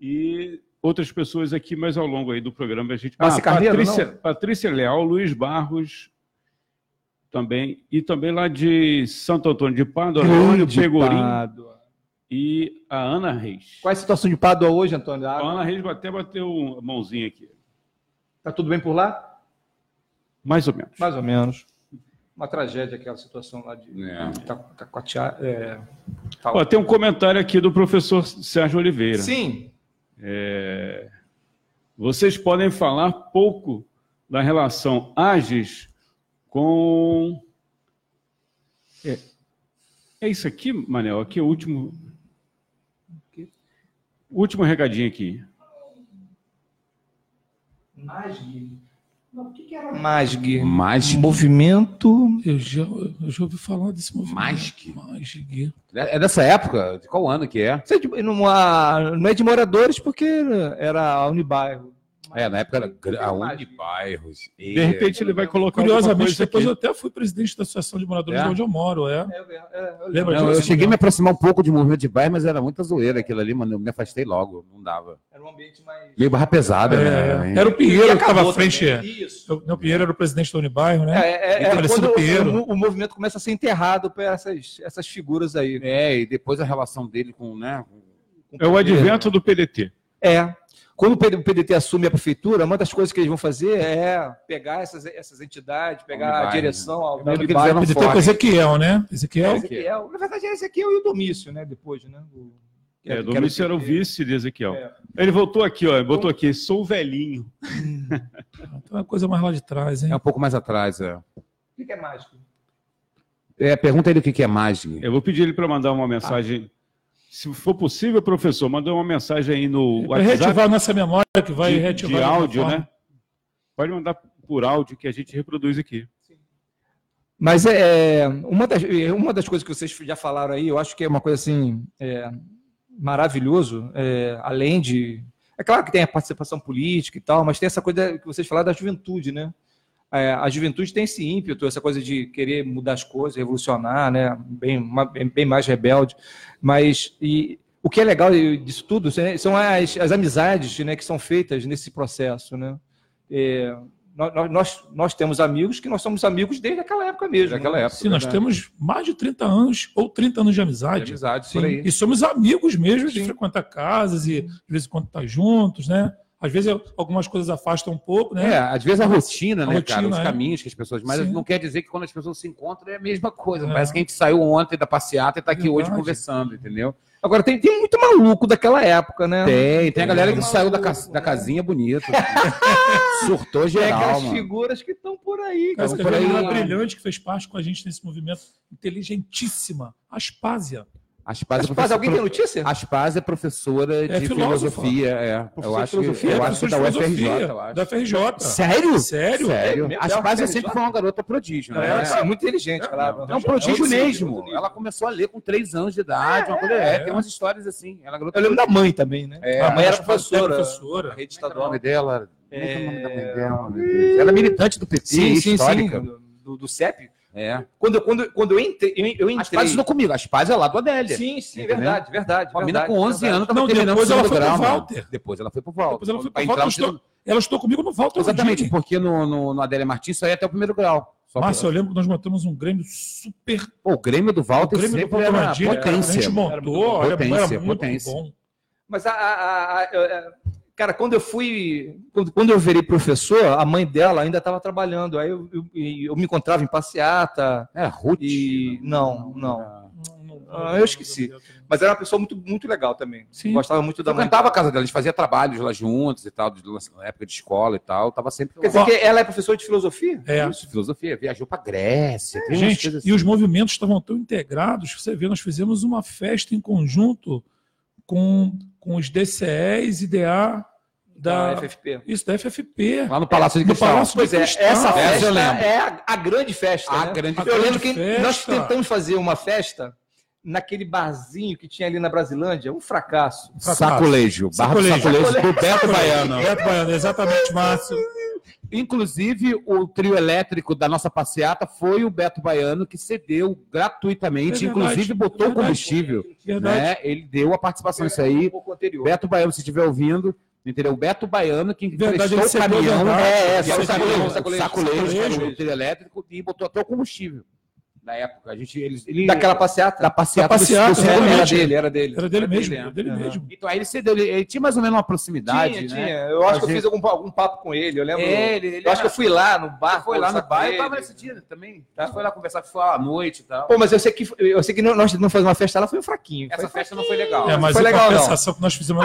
S5: E outras pessoas aqui, mas ao longo aí do programa a gente. Ah,
S1: Márcia Carneiro,
S5: Patrícia, Patrícia Leal, Luiz Barros também, e também lá de Santo Antônio de Pádua, Antônio Pegorim
S1: Pádua.
S5: e a Ana Reis.
S1: Qual é a situação de Pádua hoje, Antônio?
S5: é A
S1: Ah,
S5: Ana Reis até bateu a mãozinha aqui,
S1: Tá tudo bem por lá?
S5: mais ou menos.
S1: Mais ou menos. Uma tragédia aquela situação lá de tá,
S2: É.
S1: Ita- Itacoatiá. é, tal.
S5: Ó, tem um comentário aqui do professor Sérgio Oliveira.
S1: Sim.
S5: Vocês podem falar pouco da relação Agis com. É, é isso aqui, Manel? Aqui é o último. O último recadinho aqui.
S8: Masg? Não, o que, que era
S1: Masg.
S2: Magic.
S1: Movimento.
S3: Eu já, eu já ouvi falar desse movimento.
S2: Magic?
S3: Magic.
S2: É dessa época? De qual ano que é?
S1: Isso é de- Não há- não é de moradores porque era a Unibairro.
S2: É, na época era gra- a
S1: Magic.
S2: Unibairros. E...
S5: De repente ele vai colocar. alguma
S3: Curiosamente,
S5: coisa
S3: depois
S5: aqui.
S3: eu até fui presidente da Associação de Moradores
S2: É?
S3: de onde eu moro, é.
S1: É, é, é,
S3: Lembra
S2: Não, eu
S3: disso?
S2: cheguei a me aproximar um pouco de movimento de bairro, mas era muita zoeira aquilo ali, mano. Eu me afastei logo, não dava.
S1: era um ambiente mais.
S2: Meio barra pesada,
S3: É,
S2: né?
S3: Era o Pinheiro que estava
S1: acabou
S3: à frente. é.
S1: também. Isso.
S3: Eu- não, o Pinheiro era o presidente do Unibairro, né?
S1: É, é, é
S3: Entralecido
S1: quando
S3: Pinheiro.
S1: o, o- o movimento começa a ser enterrado por essas, essas figuras aí.
S2: É, e depois a relação dele com, né?
S5: É o advento do PDT.
S1: É. Quando o PD o PDT assume a prefeitura, uma das coisas que eles vão fazer é pegar essas, essas entidades, pegar
S2: Unibairro,
S1: a direção ao
S2: lembro que
S1: Unibairro.
S2: eles
S3: Ele
S2: eram
S3: tá com
S2: forte.
S3: Ezequiel, né?
S1: É
S3: Ezequiel.
S1: Ezequiel. Na verdade, era Ezequiel e o Domício, né? Depois, né? O,
S5: É,
S1: que
S5: Domício era o
S1: PT.
S5: vice de Ezequiel.
S1: É.
S5: Ele voltou aqui, ó. Botou aqui, sou velhinho.
S3: Então é coisa mais lá de trás, hein?
S2: É um pouco mais atrás, é.
S1: O que que é mágico?
S2: É, pergunta ele o que que é Magic.
S5: Eu vou pedir ele para mandar uma mensagem. Se for possível, professor, mandar uma mensagem aí no
S3: Vai
S5: WhatsApp.
S3: reativar a nossa memória, que vai
S5: de,
S3: reativar.
S5: de
S3: a nossa
S5: áudio,
S3: forma.
S5: né? Pode mandar por áudio que a gente reproduz aqui.
S1: Mas é, é, uma, das, é, uma das coisas que vocês já falaram aí, eu acho que é uma coisa assim é, maravilhoso, é, além de. É claro que tem a participação política e tal, mas tem essa coisa que vocês falaram da juventude, né? É, a juventude tem esse ímpeto, essa coisa de querer mudar as coisas, revolucionar, né? Bem, ma- bem, bem mais rebelde. Mas e, o que é legal disso tudo né, são as, as amizades né, que são feitas nesse processo, né? É, nós, nós, nós temos amigos que nós somos amigos desde aquela época mesmo.
S2: Daquela
S1: né?
S2: época.
S3: Sim, nós
S2: É verdade.
S3: temos mais de 30 anos ou 30 anos de
S2: De
S3: amizade.
S2: amizade,
S3: Sim,
S2: por aí.
S3: E somos amigos mesmo de frequentar casas e de vez em quando estar juntos, né? Às vezes algumas coisas afastam um pouco, né?
S2: É, às vezes a rotina, né,
S3: A
S2: cara? Os
S3: rotina, é.
S2: caminhos que as pessoas. Mas
S3: Sim.
S2: não quer dizer que quando as pessoas se encontram é a mesma coisa.
S3: É.
S2: Parece que a gente saiu ontem da passeata e tá aqui hoje
S3: Verdade.
S2: conversando, entendeu?
S1: Agora, tem, tem muito maluco daquela época, né?
S2: Tem, É tem a galera que
S1: Maluco,
S2: saiu da, ca- da
S1: né?
S2: casinha bonita. Surtou
S1: Tem
S2: geral,
S1: aquelas
S2: mano.
S1: figuras que estão por aí.
S2: é
S1: né?
S3: Mas
S2: um
S1: cara.
S3: que a menina brilhante que fez parte com a gente nesse movimento, inteligentíssima, Aspásia.
S2: Aspaz
S1: Mas
S2: é, professora-
S1: alguém tem um notícia?
S2: Aspaz é professora de
S3: É filósofa.
S2: filosofia. É. Eu
S1: Professora
S2: acho
S1: de
S2: que,
S1: filosofia,
S2: eu
S3: É,
S2: acho que tá da
S3: professora de
S2: UFRJ,
S3: filosofia,
S2: eu acho.
S3: Da FRJ.
S2: Sério?
S3: Sério?
S2: Sério.
S1: É,
S2: Aspaz eu
S1: é,
S2: sei que foi uma garota prodígio, né?
S1: Ela é muito inteligente, ela-
S2: É um prodígio
S1: Ela-
S2: mesmo. Ela começou a ler com três anos de idade. uma coisa, é, tem umas histórias assim. Ela é garota
S1: Eu lembro da mãe também, né?
S2: É.
S1: a mãe era
S3: Aspásia é
S1: professora.
S2: A
S3: professora.
S2: rede estadual. O nome dela.
S1: É.
S2: Como é que é o nome da mãe dela, meu Deus? Ela é militante do PT, histórica.
S1: Do, do CEP.
S2: É.
S1: Quando, quando, quando eu entrei. Eu, eu
S2: As
S1: entrei...
S2: pais não comigo, as pais é lá do Adélia.
S1: Sim, sim,
S2: Entendeu?
S1: verdade, verdade.
S2: Uma mina
S1: verdade,
S2: com 11
S1: verdade.
S2: anos tava
S3: Não,
S2: terminando o
S3: depois ela
S2: segundo
S3: foi pro
S2: grau. mano.
S3: Walter.
S2: Depois ela foi pro Walter.
S3: Depois ela foi pro
S2: Pra
S3: Walter,
S2: entrar no
S3: eu estou-
S2: segundo-
S3: Ela estudou comigo no Walter
S2: Exatamente,
S3: Rodini.
S2: porque no, no, no Adélia Martins só ia até o primeiro grau. Só que-
S3: Márcio, eu lembro que nós montamos um Grêmio super.
S2: Pô, o Grêmio do Walter
S3: o Grêmio do
S2: sempre
S3: Walter
S2: era
S3: Rodini, cara, A
S2: potência.
S3: gente montou,
S2: bom.
S3: olha, era
S2: Potência,
S3: muito
S2: potência.
S3: bom.
S1: Mas a. a- a- a- eu- é, Cara, quando eu fui. Quando, quando eu virei professor, a mãe dela ainda estava trabalhando. Aí eu, eu- eu me encontrava em passeata.
S2: É, Ruth.
S1: E. Não, não.
S3: Não, não-
S1: Ah, eu esqueci. Mas era uma pessoa muito, muito legal também.
S3: Sim.
S1: Gostava muito da
S2: Eu
S1: mãe.
S2: cantava a casa dela, a gente fazia trabalhos lá juntos e tal, de- na época de escola e tal. Tava sempre
S1: Quer dizer
S2: lá.
S1: que ela é professora de filosofia?
S3: É.
S2: Isso, filosofia, viajou pra Grécia. tem umas
S3: Gente,
S2: coisas
S3: e os movimentos estavam tão integrados, você vê, nós fizemos uma festa em conjunto com, com os DCEs e DA da,
S1: Da FFP.
S3: isso, da FFP.
S2: Lá no Palácio de
S3: No
S2: Cristal.
S3: Palácio
S1: Pois
S3: de
S1: é,
S3: Cristal.
S1: essa
S2: Essa eu
S1: festa
S2: lembro.
S1: é a, a grande festa.
S2: A
S1: né?
S2: grande
S3: A
S1: Eu
S3: grande
S1: lembro que
S3: festa.
S1: nós tentamos fazer uma festa naquele barzinho que tinha ali na Brasilândia, um fracasso.
S2: Sacolejo. Barra do
S3: Sacolejo.
S2: Sacolejo do Beto Baiano.
S3: Beto Baiano, exatamente, Márcio.
S2: Inclusive, o trio elétrico da nossa passeata foi o Beto Baiano que cedeu gratuitamente,
S3: É verdade,
S2: inclusive botou
S3: é
S2: o
S3: verdade.
S2: combustível.
S3: Verdade.
S2: Né? Ele deu a participação. Isso aí,
S1: Um pouco anterior.
S2: Beto Baiano, se estiver ouvindo, entendeu? O Beto Baiano que
S3: Verdade,
S2: emprestou
S3: ele
S2: o
S3: cedeu,
S2: caminhão.
S3: verdade.
S2: É, é,
S3: Cedeu,
S2: o sacolejo,
S3: cedeu,
S2: sacolejo,
S3: sacolejo.
S2: sacolejo, do trio elétrico e botou até o combustível. Na época, a gente. Eles, ele,
S1: Daquela passeata?
S2: da passeata,
S3: Da
S2: do- do
S3: passeata, né?
S2: segundo
S1: Era, era
S2: ano.
S1: dele, era dele.
S3: Era dele mesmo,
S1: né?
S3: era dele
S1: Aham.
S3: mesmo.
S2: Então aí ele cedeu, ele, ele tinha mais ou menos uma proximidade.
S1: Tinha,
S2: né?
S1: tinha. Eu acho que eu
S2: Fazer-
S1: fiz algum, algum papo com ele, eu lembro.
S2: Ele,
S1: eu acho que eu fui lá no bar.
S2: É, foi lá no
S1: conversar com
S2: bar e
S1: ele.
S2: tava assim. nesse dia também. Tá? Foi lá conversar, foi lá à noite e tal.
S1: Pô, mas eu sei que, eu sei que nós tentamos fazer uma festa, ela foi um fraquinho.
S2: Essa
S1: Foi-
S2: festa não Então, foi legal.
S3: É, mas
S1: Foi
S3: em
S1: legal, não.
S3: compensação que nós fizemos.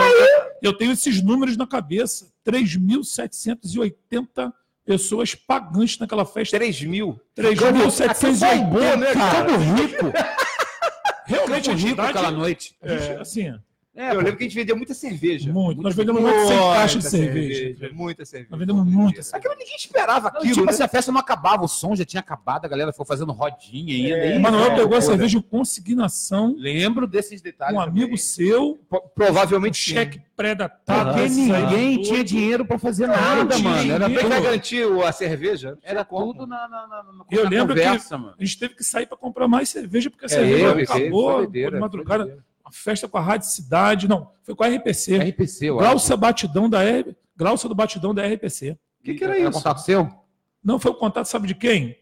S3: Eu tenho esses números na cabeça: 3.780 pessoas pagantes naquela festa.
S1: 3 mil.
S2: bombou,
S3: 3.780.
S2: né, cara? rico.
S3: Realmente
S2: Campo rico
S3: a quantidade-
S2: aquela noite.
S3: a gente, Assim,
S2: É,
S1: eu lembro que a gente vendia muita cerveja.
S3: muito. Nós vendemos mais de 100 caixas de cerveja.
S1: Muita cerveja.
S3: Nós vendemos muita cerveja.
S1: Aquilo ninguém esperava
S2: Não,
S1: aquilo.
S2: tipo
S1: né?
S2: assim, a festa não acabava, o som já tinha acabado, a galera foi fazendo rodinha né? ainda.
S3: O
S2: Ih,
S3: Manuel
S2: cara,
S3: pegou a
S2: loucura.
S3: cerveja em consignação,
S2: Lembro desses detalhes.
S3: um
S2: também.
S3: amigo seu,
S1: Pro-
S3: um
S1: Provavelmente
S3: cheque pré-datado.
S2: Porque
S3: Nossa,
S2: ninguém
S3: tudo.
S2: tinha dinheiro pra fazer
S3: Não
S2: nada,
S3: tinha
S2: mano. Era
S1: Quem
S3: ninguém.
S2: tudo,
S1: vai garantir a cerveja?
S2: era tudo na, na, na, na-
S3: Eu
S2: na
S3: lembro que-
S2: conversa, mano.
S3: A gente teve que sair para comprar mais cerveja, porque a cerveja
S2: É, eu, eu sei, foi
S3: acabou
S2: doideira, É,
S3: de madrugada.
S2: foi
S3: Uma festa com a Rádio Cidade. Não, foi com a RPC.
S2: RPC, eu acho.
S3: Glaucia Batidão da R... Glaucia do Batidão da RPC.
S1: O que, que era
S2: Era
S1: isso?
S2: contato seu?
S3: Não foi o contato, sabe de quem?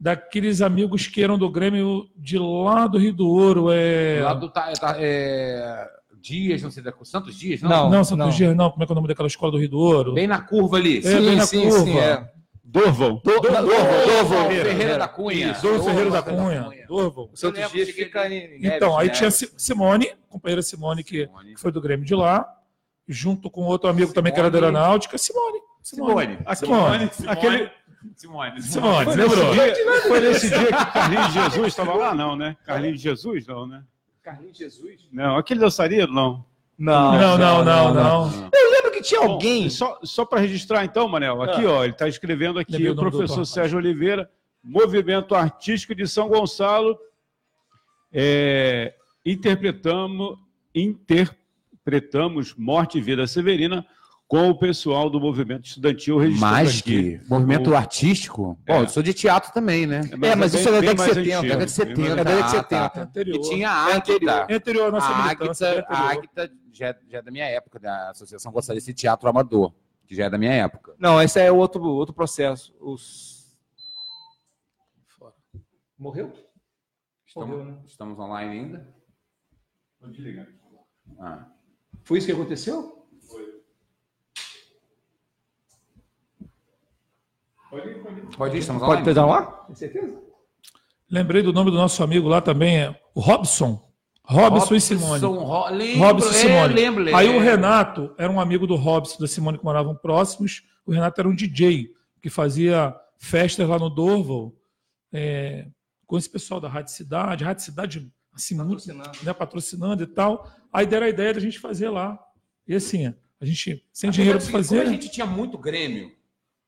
S3: Daqueles amigos que eram do Grêmio de lá do Rio do Ouro. É...
S2: Lá do Ta- Ta- é, Dias, não sei da Santos Dias, não?
S3: Não, Santos
S1: não.
S3: Dias, não. Como é que é o nome daquela escola do Rio do Ouro?
S2: Bem na curva ali.
S3: É, bem na curva.
S5: Dorval.
S1: Do, do,
S2: Ferreira, da Cunha.
S3: Isso, Douro Ferreira da
S2: Ferreira
S3: Cunha. Dorval.
S1: O Santos
S2: Eu
S1: Dias
S2: lembro,
S1: fica em.
S3: Então, aí tinha Si- Simone, companheira Simone, que que foi do Grêmio de lá, junto com outro amigo também que era da
S2: Simone.
S3: Aeronáutica, Simone.
S2: Simone.
S3: A Simone.
S5: Aquele,
S2: Simone.
S3: Simone,
S5: foi, nesse
S3: lembrou?
S5: um dia, foi nesse dia que o Carlinhos Jesus estava lá, não, né? Carlinhos Jesus, não, né?
S1: Carlinhos Jesus?
S5: Não, aquele dançarino, não.
S3: Não, não, não, não.
S1: Eu lembro que tinha alguém.
S5: Bom, só só para registrar então, Manel, aqui ó, ele está escrevendo aqui
S3: Lembrei
S5: o
S3: o nome do
S5: professor
S3: doutor.
S5: Sérgio Oliveira, Movimento Artístico de São Gonçalo, é, interpretamos, interpretamos Morte e Vida Severina com o pessoal do Movimento Estudantil registrado
S2: Mas
S5: aqui.
S2: que movimento
S5: O-
S2: artístico.
S5: É.
S2: Bom, eu sou de teatro também, né?
S1: É, mas
S5: bem-
S1: isso é da década
S5: bem
S1: de
S5: mais
S1: 70,
S5: antigo,
S2: década de
S5: bem mais
S2: 70.
S1: É da década de
S2: Ah,
S1: 70.
S2: tá.
S3: Anterior.
S2: E tinha a Águita.
S3: É Anterior à nossa
S2: A
S3: militância.
S2: Águita, é,
S3: é anterior.
S2: né? a Águita já, já é da minha época, da Associação Gonçalves de Teatro Amador. que já é da minha época.
S1: Não, esse é outro, outro processo. Os...
S9: Morreu?
S2: Estamos, estamos online ainda?
S10: Vou desligar.
S2: Ah,
S9: Foi isso que aconteceu?
S10: Pode ir, pode ir.
S2: pode ir, estamos
S1: Pode
S2: online.
S1: ter um ar?
S9: Tem certeza?
S3: Lembrei do nome do nosso amigo lá também, é o Robson. Robson, e Simone.
S2: Ro... Lembro,
S3: Robson e Simone.
S2: É, lembro,
S3: Aí
S2: é.
S3: o Renato era um amigo do Robson, da Simone, que moravam próximos. O Renato era um DJ que fazia festas lá no Dorval é, com esse pessoal da Rádio Cidade. Rádio Cidade, assim, muito, né, patrocinando e tal. Aí deram a ideia da gente fazer lá. E assim, a gente sem dinheiro para
S2: Como é
S3: fazer. né?
S2: A gente tinha muito Grêmio.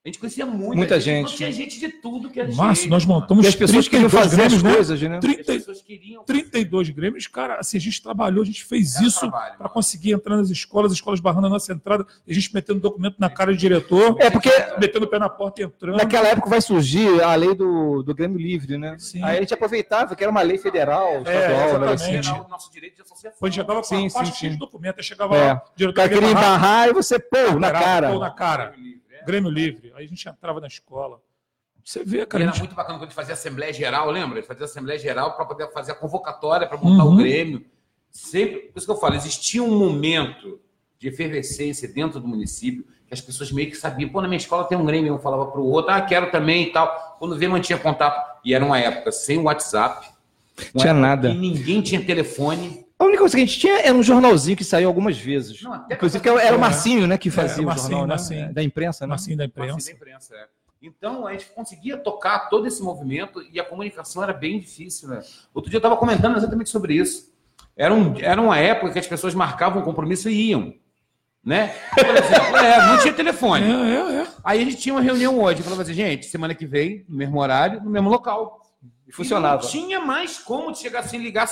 S2: A gente conhecia muita,
S1: Muita
S2: Não
S1: gente.
S2: Tinha gente de tudo que era
S3: Márcio,
S2: jeito,
S3: nós
S2: mano.
S3: montamos
S1: E as pessoas queriam
S3: 32
S1: fazer as
S3: grêmios, né?
S1: coisas, né?
S3: 30
S2: As pessoas queriam.
S3: 32 grêmios, cara, assim, a gente trabalhou, a gente fez
S2: Era
S3: isso
S2: trabalho,
S3: para conseguir entrar nas escolas, as escolas barrando a nossa entrada, a gente metendo documento na cara do diretor,
S1: É porque
S3: metendo o pé na porta e entrando.
S1: naquela época vai surgir a lei do, do Grêmio Livre, né?
S3: Sim.
S1: Aí a gente aproveitava que era uma lei federal, estadual, um negócio
S3: exatamente.
S1: assim.
S2: Era o nosso direito de associação.
S3: Quando chegava com
S1: Sim,
S3: a
S1: sim,
S3: parte cheia
S1: sim.
S3: de documento, aí chegava
S1: É.
S3: lá, o
S1: O
S3: diretor
S1: cara queria
S3: amarrar,
S1: embarrar e você, pô, na
S3: amarrava,
S1: cara.
S3: pô, na cara.
S2: É.
S3: Grêmio livre. Aí a gente entrava na escola. Você vê,
S2: E
S3: cara. a
S2: era
S3: gente-
S2: muito bacana quando a gente fazia Assembleia Geral, lembra? A gente fazia Assembleia Geral para poder fazer a convocatória para montar
S3: Uhum.
S2: o Grêmio. Sempre, por isso que eu falo, existia um momento de efervescência dentro do município que as pessoas meio que sabiam. Pô, na minha escola tem um Grêmio, um falava para o outro, ah, quero também e tal. Quando vê, mantinha contato. E era uma época sem WhatsApp,
S1: Não tinha
S2: e
S1: nada.
S2: ninguém tinha telefone.
S1: A única coisa que a gente tinha era um jornalzinho que saiu algumas vezes.
S2: Não, até
S1: Inclusive, que era o Marcinho, né, que
S3: É,
S1: fazia
S3: o
S1: o
S3: Marcinho,
S1: jornal, né?
S3: Marcinho.
S1: Da imprensa, né?
S3: Marcinho da
S2: Imprensa.
S3: imprensa.
S2: imprensa é. Então a gente conseguia tocar todo esse movimento e a comunicação era bem difícil. Né? Outro dia eu estava comentando exatamente sobre isso. Era, um, era uma época que as pessoas marcavam um compromisso e iam. Né? Por exemplo, é, não tinha
S3: É,
S2: telefone.
S3: é, é.
S2: Aí a gente tinha uma reunião hoje. Eu falava assim, gente, semana que vem, no mesmo horário, no mesmo local.
S1: E funcionava.
S2: E não tinha mais como chegar assim, ligar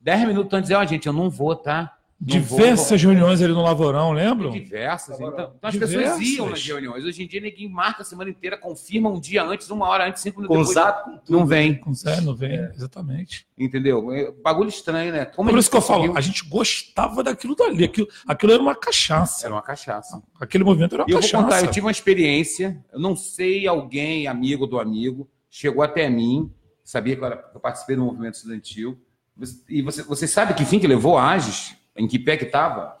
S2: 10 minutos antes e dizer, ó, gente, eu não vou, tá? Não vou,
S3: Diversas reuniões ali no Lavorão, lembram?
S2: Diversas. Então, então as
S3: Diversas.
S2: pessoas iam nas reuniões. Hoje em dia, ninguém marca a semana inteira, confirma um dia antes, uma hora antes, cinco minutos
S1: Com
S2: depois.
S1: zap,
S2: não vem.
S3: Com Zé, não vem, exatamente.
S2: Entendeu? É, Bagulho estranho, né? É. Como
S3: Por
S2: a
S3: isso que eu falo,
S2: conseguiu?
S3: a gente gostava daquilo dali. Aquilo, aquilo era uma cachaça.
S2: Era uma cachaça.
S3: Aquele movimento era uma
S2: E eu vou
S3: cachaça.
S2: contar, eu tive uma experiência, eu não sei, alguém, amigo do amigo, chegou até mim, sabia que eu, era- que eu participei do movimento estudantil, Você- e você, você sabe que fim que levou a Ages? Em que pé que estava?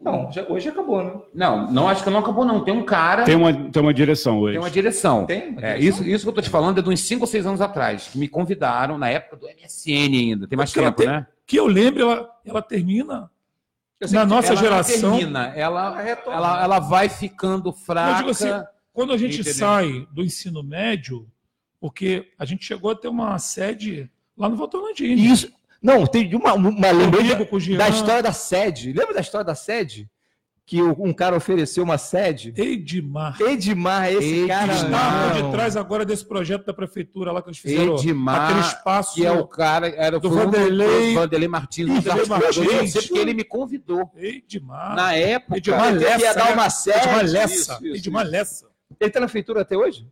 S9: Não, já- hoje acabou, né?
S2: Não, não, acho que não acabou não. Tem um cara, tem,
S5: Tem uma, tem uma direção hoje.
S2: uma direção.
S9: Tem?
S2: É, isso, isso que eu tô te falando é de uns 5 ou 6 anos atrás, que me convidaram na época do MSN ainda. Tem mais
S3: Porque ela
S2: tempo,
S3: tem-
S2: né?
S3: Que eu lembro, ela, ela termina
S2: Eu sei
S3: na
S2: que
S3: nossa
S2: ela não
S3: geração.
S2: termina, ela, ela, ela vai ficando fraca.
S3: digo assim, Quando a gente
S2: Entendeu?
S3: sai do ensino médio, porque a gente chegou a ter uma sede lá no Votorantim.
S1: Isso. Não, tem uma, uma lembrança
S3: com o Jean.
S1: da história da sede. Lembra da história da sede? Que o- um cara ofereceu uma sede?
S3: Edmar.
S1: Edmar, esse
S2: Edmar.
S1: cara.
S3: Está por
S1: não.
S3: detrás agora desse projeto da prefeitura lá que eles fizeram. aquele
S2: Edmar,
S3: espaço.
S2: que é o cara, era
S3: Do
S2: foi um
S3: Vanderlei.
S2: do Vanderlei Martins, um dos
S3: Vanderlei
S2: articuladores. Eu
S3: Martins.
S2: sei porque ele me convidou.
S3: Edmar.
S2: Na época,
S3: Edmar
S1: Ele
S3: Lessa.
S1: ia dar uma sede.
S3: Edmar Lessa.
S1: Isso, isso,
S3: Edmar Lessa.
S1: Ele tá na feitura até hoje?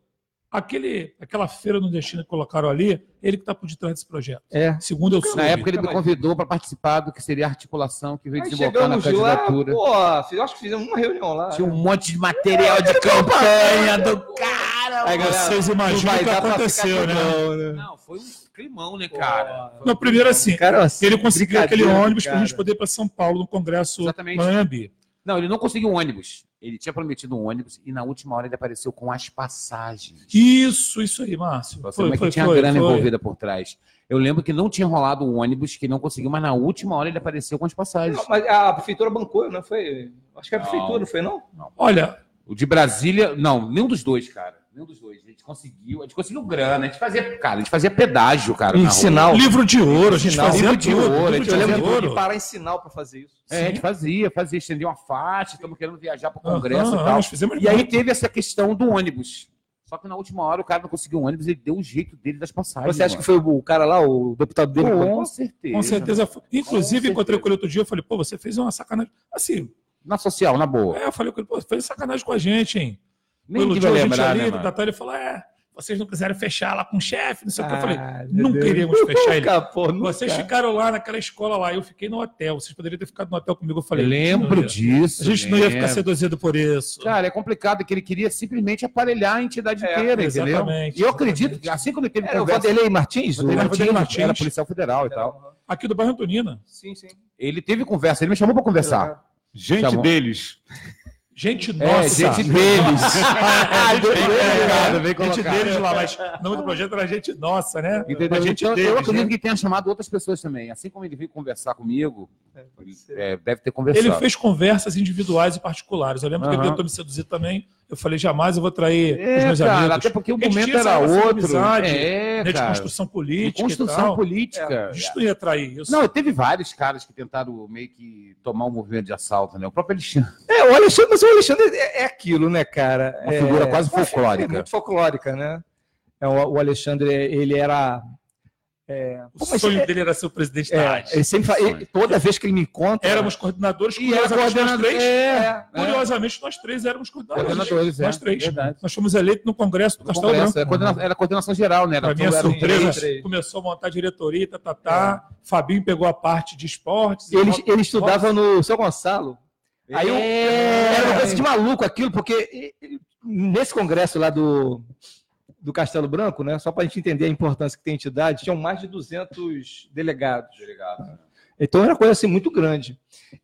S3: Aquele, aquela feira nordestina que colocaram ali, ele que está por detrás desse projeto.
S1: É.
S3: Segundo eu soube.
S2: na época ele me convidou para participar do que seria a articulação que veio
S1: Aí
S2: desenvolvendo a
S1: chegamos lá,
S2: candidatura.
S1: pô, fiz- acho que fizemos uma reunião lá.
S2: Tinha um monte de material de campanha do cara.
S1: Aí, galera,
S3: Vocês imaginam
S1: vai
S3: o que
S1: dar pra
S3: aconteceu,
S1: ficar
S3: né?
S1: não, né?
S2: Não, foi um climão, né, cara? Foi um
S3: Não, primeiro assim,
S1: Cara,
S3: ele conseguiu aquele
S1: brincadeira,
S3: ônibus para a gente
S1: cara.
S3: poder ir para São Paulo no Congresso
S2: Exatamente.
S3: Manambi.
S2: Não, ele não conseguiu um ônibus. Ele tinha prometido um ônibus e na última hora ele apareceu com as passagens.
S3: Isso, isso aí, Márcio.
S2: Você como é que tinha grana envolvida por trás. Eu lembro que não tinha rolado o ônibus, que não conseguiu, mas na última hora ele apareceu com as passagens.
S9: Não, mas a prefeitura bancou, não foi? Acho que a
S2: Não.
S9: prefeitura, não foi, não?
S3: Olha,
S2: O de Brasília, não, nenhum dos dois, cara. Nenhum dos dois. A gente conseguiu, a gente conseguiu grana, a gente fazia, cara, a gente fazia pedágio, cara. na
S1: Um
S2: rua.
S1: sinal.
S3: livro de ouro, a gente
S1: Sinal.
S3: fazia
S2: Livro de
S3: tudo,
S2: ouro,
S3: livro
S2: a gente
S3: de
S1: Eu lembro
S3: ouro.
S1: de parar em sinal pra fazer isso.
S2: É, a gente fazia, fazia, estendia uma faixa, estamos querendo viajar para o Congresso
S3: Aham,
S2: e tal.
S3: nós fizemos
S2: E aí teve essa questão do ônibus. Só que na última hora o cara não conseguiu o ônibus, ele deu o jeito dele das passagens.
S1: Você acha que foi o cara lá, o deputado dele? que
S2: Com
S1: bancou?
S2: certeza.
S3: com certeza. foi. Inclusive,
S2: né? certeza.
S3: encontrei com ele outro dia, eu falei, pô, você fez uma sacanagem. Assim,
S2: Na social, na boa.
S3: é, eu falei com ele, pô, fez sacanagem com a gente, hein?
S2: Nem
S3: Pô,
S2: ninguém vai
S3: iludiu a gente
S2: lembrar, né,
S3: ali,
S2: mano?
S3: tá, tá, ele falou, é, vocês não quiseram fechar lá com o chefe, não sei o que. Eu falei,
S1: Ah, meu
S3: não
S1: Deus.
S3: queremos fechar ele.
S1: Nunca, pô, nunca.
S3: Vocês ficaram lá naquela escola lá, eu fiquei no hotel. Vocês poderiam ter ficado no hotel comigo. Eu falei,
S2: Eu lembro
S3: "Não,
S2: disso.
S3: A gente não ia
S2: lembro.
S3: ficar seduzido por isso.
S2: Cara, é complicado que ele queria simplesmente aparelhar a entidade
S1: É,
S2: inteira, entendeu?
S3: exatamente,
S2: E eu acredito
S3: exatamente.
S2: que assim quando teve
S1: Era o
S2: conversa,
S1: Vanderlei Martins?
S2: Vanderlei
S3: Vanderlei
S2: Martins,
S3: Martins.
S2: era policial federal e tal.
S3: Aqui do bairro Antonina.
S1: Sim, sim.
S2: Ele teve conversa, ele me chamou pra conversar.
S5: Gente
S2: Tá bom.
S5: deles.
S3: Gente
S2: É,
S3: nossa.
S2: gente deles. bem
S3: né? Gente deles lá, mas o nome do projeto era gente nossa, né?
S2: Entendeu?
S3: A gente
S2: Então,
S3: deles,
S2: eu acredito
S3: né?
S2: que tenha chamado outras pessoas também. Assim como ele veio conversar comigo,
S1: ser.
S2: é, deve ter
S3: Ele
S2: conversado.
S3: fez conversas individuais e particulares. Eu lembro que
S2: Aham.
S3: ele tentou me seduzir também. Eu falei, jamais eu vou trair os
S2: É,
S3: meus
S2: cara,
S3: amigos.
S2: até porque o
S3: Eles
S2: momento
S3: tinham essa
S2: era
S3: relação de
S2: outro.
S3: amizade,
S2: é,
S3: né, de
S2: cara.
S3: construção
S2: De
S3: política e
S2: construção
S3: tal. É,
S2: política.
S3: A gente não ia trair isso.
S2: Não, teve vários caras que tentaram meio que tomar o movimento de assalto, né? O próprio Alexandre,
S1: É, o Alexandre, mas o Alexandre é, é aquilo, né, cara?
S2: uma
S1: É-
S2: figura quase
S1: É
S2: folclórica.
S1: muito folclórica, né? É, o, o Alexandre, ele era. é,
S3: o
S1: pô, mas
S3: sonho
S1: é-
S3: dele era ser o presidente da
S1: é,
S3: AD.
S1: ele sempre fala, ele- toda vez que ele me encontra.
S3: Éramos coordenadores,
S2: E era
S3: curiosamente, nós
S2: coordenador.
S3: três.
S2: É,
S3: Curiosamente, nós três éramos coordenadores.
S2: Coordenadores, é.
S3: Nós três.
S2: Verdade.
S3: Nós fomos eleitos no Congresso do
S2: No
S3: Castelo
S2: Congresso,
S3: Branco.
S2: era, coordena- era coordenação geral, né? Era
S3: Para minha
S2: tudo- era um
S3: surpresa,
S2: três. É.
S3: começou a montar a diretoria, tá, tá, tá. Fabinho pegou a parte de esportes.
S1: Ele,
S3: e-
S1: ele estudava no São Gonçalo. Aí eu- era uma coisa de maluco aquilo, porque e- e- nesse congresso lá do, do Castelo Branco, né, só para a gente entender a importância que tem a entidade, tinham mais de 200 delegados. Então era uma coisa assim muito grande.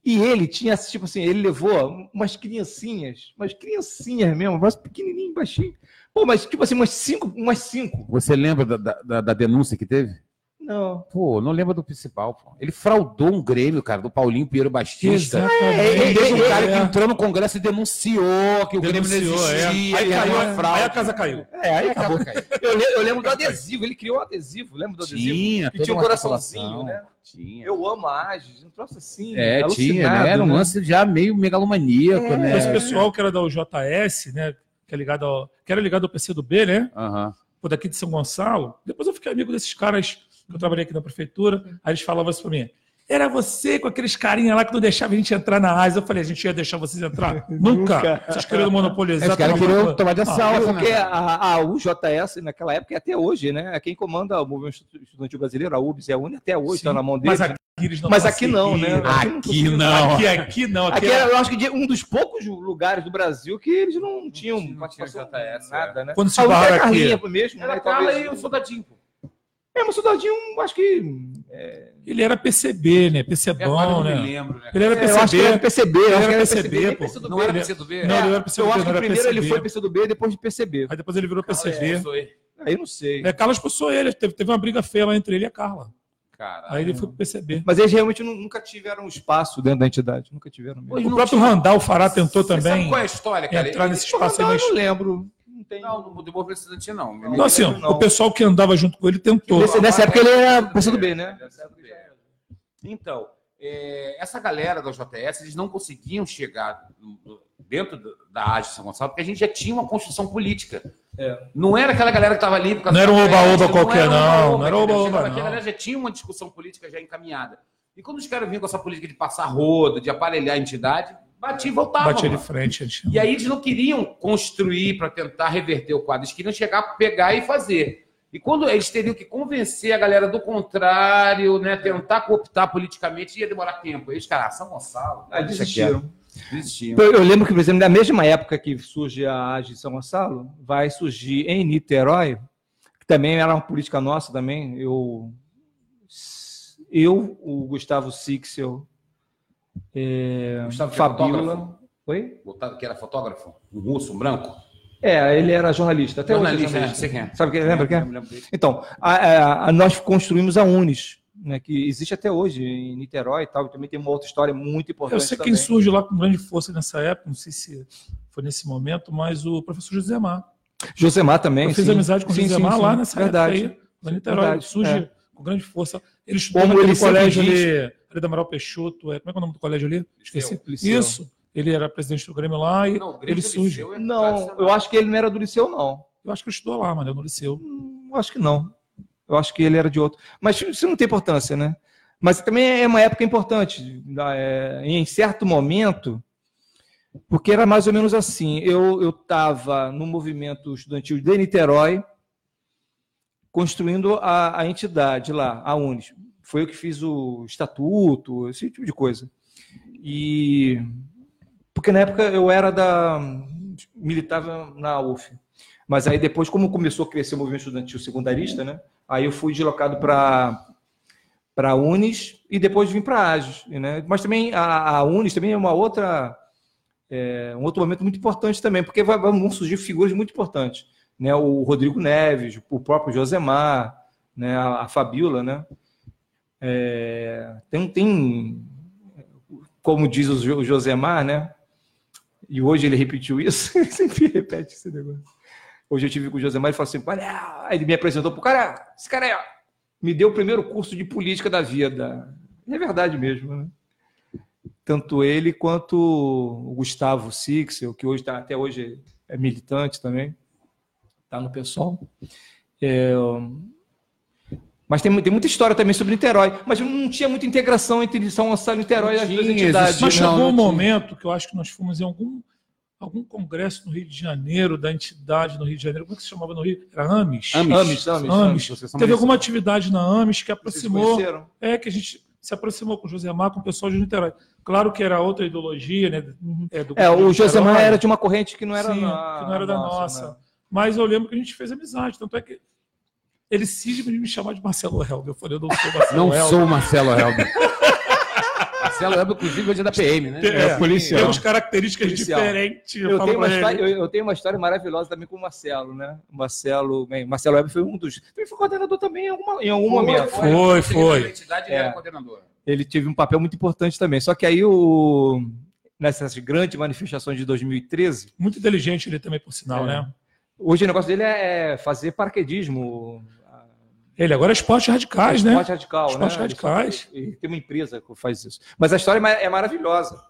S1: E ele tinha, tipo assim, ele levou umas criancinhas, umas criancinhas mesmo, umas pequenininho, baixinho. Pô, mas tipo assim, umas cinco, umas cinco.
S2: Você lembra da- da, da, da denúncia que teve?
S1: Não.
S2: Pô, não lembra do principal, pô. Ele fraudou um Grêmio, cara, do Paulinho Pinheiro Batista.
S3: Exatamente.
S2: Ele teve um cara
S3: É.
S2: que entrou no Congresso e denunciou que o Grêmio
S3: Denunciou,
S2: não
S3: é.
S2: existia.
S3: Aí
S2: que era
S3: caiu,
S2: uma fraude.
S3: aí a casa caiu.
S1: É, aí acabou.
S2: caindo.
S1: Eu, le- eu lembro do adesivo, ele criou um adesivo, lembra do adesivo?
S2: Tinha,
S1: que
S2: toda
S1: tinha um
S2: uma
S1: coraçãozinho,
S2: articulação.
S1: né?
S2: Tinha.
S1: Eu amo a Ages, um troço assim.
S2: É, tinha,
S1: alucinado,
S2: né? Era um
S1: né?
S2: lance já meio megalomaníaco,
S9: É,
S2: né?
S3: Esse pessoal que era da UJS, né? Que, é ligado ao, que era ligado ao PCdoB, né?
S2: Aham.
S3: Pô, daqui de São Gonçalo. Depois eu fiquei amigo desses caras que eu trabalhei aqui na prefeitura. Aí eles falavam isso pra mim. Era você com aqueles carinha lá que não deixava a gente entrar na ASA. Eu falei, a gente ia deixar vocês entrar? Nunca. Vocês queriam monopolizar. tá
S2: Esse cara
S3: tomar
S2: queria
S3: conta.
S2: tomar de
S1: É
S2: assalto,
S1: porque
S2: né?
S1: a, a UJS, naquela época e até hoje, né? É quem comanda o movimento estudantil brasileiro, a UBS, é a UNE, até hoje,
S3: Sim,
S1: está na mão dele.
S3: Mas aqui eles não
S1: Mas aqui não, né?
S3: conseguiram.
S2: Aqui não.
S3: Aqui, aqui não. Aqui,
S1: Aqui
S3: era-
S1: era, eu acho que de- um dos poucos lugares do Brasil que eles não tinham participação
S2: JS,
S1: nada, né?
S3: Quando se
S1: a única
S3: barra
S1: é a Carlinha
S3: aqui.
S1: mesmo, né? talvez-
S2: soldadinho, pô.
S1: É, mas o Soldadinho, acho que...
S3: Ele era PCB, né?
S2: É
S3: PCbom, né?
S2: lembro, né?
S3: Ele era
S1: eu acho que ele era
S3: PCB.
S1: PCB.
S3: Ele
S1: Eu acho
S3: era
S1: que era
S3: PCB,
S1: PCB,
S3: pô.
S1: PCdoB.
S3: Não era
S2: PCdoB?
S3: Não,
S1: É,
S3: ele era PCB.
S1: né? Eu acho
S3: não
S1: que
S3: era
S1: primeiro ele
S3: PCB.
S1: foi PCdoB e depois de PCB.
S3: Aí depois ele virou
S2: É,
S3: PCB.
S1: Aí eu não sei.
S3: É, Carlos expulsou ele. Teve, teve uma briga feia lá entre ele e a Carla.
S1: Ah,
S2: Cara.
S1: é.
S3: Aí ele foi pro PCB.
S1: Mas eles realmente nu- nunca tiveram espaço dentro da entidade. Nunca tiveram mesmo.
S3: O próprio Randall Fará tentou também
S2: é a história,
S3: entrar nesse
S1: Porra,
S3: espaço aí,
S1: é, não,
S3: mas.
S1: eu não lembro. Não tem.
S2: Não, não devolveu esse estudantil, não. Meu
S3: Não, assim, ó,
S1: Não.
S3: o pessoal que andava junto com ele tentou.
S1: Nesse- nessa época ele era PCdoB, né?
S2: Então, é, essa galera da JS, eles não conseguiam chegar no- no- dentro do- da AGE São Gonçalo, porque a gente já tinha uma construção política.
S1: É.
S2: Não era aquela galera que estava ali... por causa
S3: Não era um
S2: da
S3: oba-oba
S2: festa,
S3: qualquer,
S2: um
S3: não,
S2: oba-oba,
S3: não era
S2: entendeu?
S3: oba-oba,
S2: Chegava aqui,
S3: não.
S2: A galera já tinha uma discussão política já encaminhada. E quando os caras vinham com essa política de passar rodo, de aparelhar a entidade, batia e voltava.
S3: Batia de
S2: mano.
S3: frente. eles-
S2: E aí eles não queriam construir para tentar reverter o quadro, eles queriam chegar, pegar e fazer. E quando eles teriam que convencer a galera do contrário, né, tentar cooptar politicamente, ia demorar tempo. Eles, cara, ah, São Gonçalo,
S1: Ah,
S2: deixa
S1: desistiram. Então,
S2: quieto, desistiam.
S1: Eu, eu lembro que, por exemplo, na mesma época que surge a AGE de São Gonçalo, vai surgir em Niterói, que também era uma política nossa também. Eu, eu o Gustavo Sixel, é,
S2: Gustavo, que é
S1: Fabiola.
S2: fotógrafo?
S1: Oi?
S2: Botado que era fotógrafo, um russo, um branco.
S1: É, ele era jornalista. Até hoje é
S2: Jornalista,
S1: jornalista.
S2: né? Sei quem é.
S1: Sabe quem lembra quem é?
S2: Eu me lembro dele.
S1: Então, a- a- a- nós construímos a Unis, né, que existe até hoje em Niterói e tal. e Também tem uma outra história muito
S3: Eu
S1: importante.
S3: sei
S1: também.
S3: quem surge lá com grande força nessa época, não sei se foi nesse momento, mas o professor José Mar.
S1: Josemar também.
S3: Eu fiz
S1: sim.
S3: amizade com o
S1: Sim,
S3: José
S1: sim,
S3: Mar
S1: sim.
S3: lá nessa
S1: Verdade.
S3: época aí. Lá em Niterói,
S1: Verdade,
S3: surge
S1: é.
S3: com grande força. Ele estudou
S1: Como
S3: naquele
S1: ele sempre
S3: colégio
S1: diz.
S3: ali, ali da Amaral Peixoto. é, como é que é o nome do colégio ali? Esqueci.
S1: Liceu.
S3: Isso. Ele era presidente do Grêmio lá e
S2: Não, o Grêmio
S3: ele
S2: do
S3: surge.
S2: Liceu é
S1: Não, eu acho que ele não era do Liceu, não.
S3: Eu acho que ele estudou lá, mano, no Liceu.
S1: Hum, Eu acho que não. Eu acho que ele era de outro. Mas isso não tem importância, né? Mas também é uma época importante. na- é, em certo momento, porque era mais ou menos assim. Eu estava no movimento estudantil de Niterói, construindo a, a entidade lá, a Unis. Foi eu que fiz o estatuto, esse tipo de coisa. E porque na época eu era da militava na UF. Mas aí depois, como começou a crescer o movimento estudantil secundarista, né? Aí eu fui deslocado para para Unis e depois vim para Agis, né? Mas também a, a Unis também é uma outra é, um outro momento muito importante também, porque vai, vão surgir figuras muito importantes, né? O Rodrigo Neves, o próprio Josemar, né? A, a Fabiola, né? É, tem tem como diz o Josemar, né? E hoje ele repetiu isso, ele sempre repete esse negócio. Hoje eu tive com o Josemar e falou assim: Aí ele me apresentou pro cara, esse cara aí, ó, me deu o primeiro curso de política da vida. E é verdade mesmo, né? Tanto ele quanto o Gustavo Sixel, que hoje tá, até hoje é militante também, tá no PSOL. É, mas tem, tem muita história também sobre Niterói. Mas não tinha muita integração entre São Gonçalo e Niterói
S2: Não
S1: as duas
S2: tinha,
S1: entidades.
S2: existia-
S3: Mas
S2: Não,
S3: chegou
S2: não
S3: um
S2: tinha.
S3: momento que eu acho que nós fomos em algum, algum congresso no Rio de Janeiro, da entidade no Rio de Janeiro. Como é que se chamava no Rio? Era AMIS?
S2: Amis.
S1: Amis, Amis,
S3: Amis.
S2: Vocês são
S3: Teve
S2: mais-
S3: alguma atividade na AMIS que
S1: Vocês
S3: aproximou.
S1: conheceram?
S3: É que a gente se aproximou com o Josemar, com o pessoal de Niterói. Claro que era outra ideologia, né? do-
S1: É, o
S3: do
S1: Josemar
S3: Niterói,
S1: era de uma corrente que não era,
S3: Sim,
S1: na-
S3: que não era da nossa.
S1: né?
S3: Mas eu lembro que a gente fez amizade. Tanto é que ele cisma de me chamar de Marcelo Helder. Eu falei, eu não é sou Marcelo
S2: Não
S3: Helder.
S2: sou o Marcelo Helber. Marcelo Helber, inclusive, hoje é da PM, né?
S3: É,
S5: um- policial.
S3: Temos características
S1: Policial.
S3: diferentes.
S1: Eu
S3: falo
S1: tenho, uma
S3: pra ele.
S1: história, eu, eu tenho uma história maravilhosa também com o Marcelo, né? O Marcelo, bem, Marcelo Web foi um dos. Também foi coordenador também em, alguma- em algum momento.
S3: Foi, foi.
S2: A entidade
S1: É.
S2: era coordenadora.
S1: Ele teve um papel muito importante também. Só que aí o nessas grandes manifestações de 2013,
S3: Muito inteligente ele também, por sinal,
S1: É.
S3: né?
S1: hoje o negócio dele é fazer paraquedismo,
S3: Ele agora é esporte radicais, né?
S1: Esporte radical,
S3: Esportes
S1: né?
S3: radicais.
S1: E tem uma empresa que faz isso. Mas a história é ma- é maravilhosa.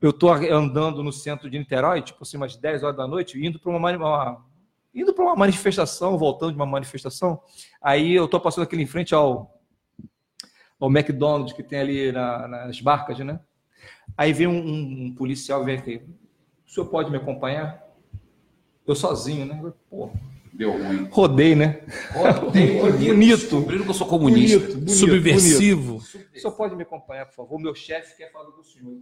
S1: Eu tô andando no centro de Niterói, tipo assim, umas 10 horas da noite, indo para uma, mani- uma- indo para uma manifestação, voltando de uma manifestação. Aí eu tô passando aqui em frente ao ao McDonald's que tem ali na- nas barcas, né? Aí vem um, um- um policial vem aqui. O senhor pode me acompanhar? Eu sozinho, né? Eu, Pô,
S2: Deu ruim.
S1: rodei, né?
S2: Bonito. Descobriram que eu sou comunista.
S3: Subversivo.
S1: O senhor pode me acompanhar, por favor? Meu chefe quer falar com o senhor.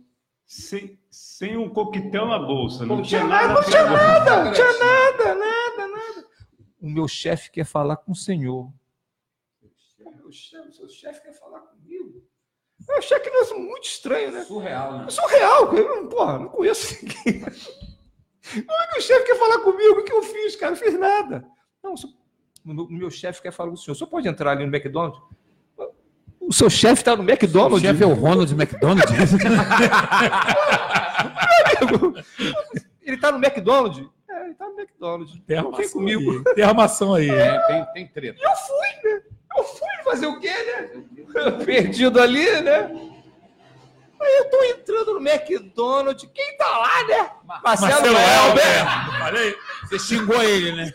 S5: Sem, sem um coquetel na bolsa. Não,
S1: Não
S5: tinha
S1: tinha
S5: nada.
S1: não
S5: pra-
S1: tinha nada, não tinha nada, nada, nada. O meu chefe quer falar com o senhor. Meu chefe, seu chefe quer falar comigo? Eu achei É um que nós somos muito estranho, né?
S2: Surreal, né?
S1: Eu sou real, eu, porra, não conheço ninguém. Como é que o chefe quer falar comigo? O que eu fiz, cara? Eu fiz nada. Não, o senhor- o meu, o meu chefe quer falar com o senhor. O senhor pode entrar ali no McDonald's? O seu chefe está no
S2: O
S1: McDonald's?
S2: chefe é o Ronald McDonald.
S1: tá- Ele está no McDonald's? É, ele está no McDonald's.
S3: Tem
S1: Não vem
S3: armação
S1: comigo.
S3: aí. Tem armação aí.
S2: é, tem, tem treta.
S1: Eu fui, né? Eu fui fazer o quê, né? Perdido ali, né? Aí eu tô entrando no McDonald's. Quem tá lá, né? Marcelo, Helber.
S3: Falei.
S2: Você xingou ele, né?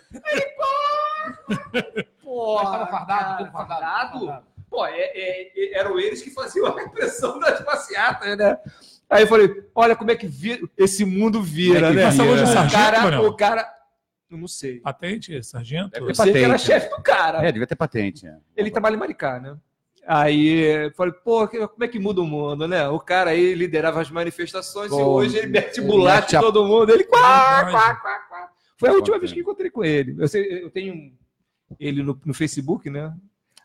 S1: Pô,
S2: Tava fardado, tudo fardado, tudo fardado.
S1: Pô, é- é- é- eram eles que faziam a repressão das passeatas, né? Aí eu falei, olha como é que vi- esse mundo vira,
S2: Como é
S1: né?
S2: que vira?
S1: O
S3: Sargento,
S1: cara,
S3: Manuel?
S1: o cara... Eu não sei.
S3: Patente, sargento.
S2: Deve
S1: Eu
S2: ter
S1: sei que era
S2: patente,
S1: chefe do cara.
S2: É, devia ter patente. né?
S1: Ele trabalha em Maricá, né? Aí eu falei, pô, que- como é que muda o mundo, né? O cara aí liderava as manifestações e
S2: Pô,
S1: hoje ele mete
S2: ele
S1: bulacha
S2: mete
S1: em
S2: a-
S1: todo mundo. Ele quá,
S3: Verdade.
S1: quá, quá, quá. Foi a última
S2: Bacana.
S1: vez que encontrei com ele. Eu, sei- eu tenho ele no, no Facebook, né?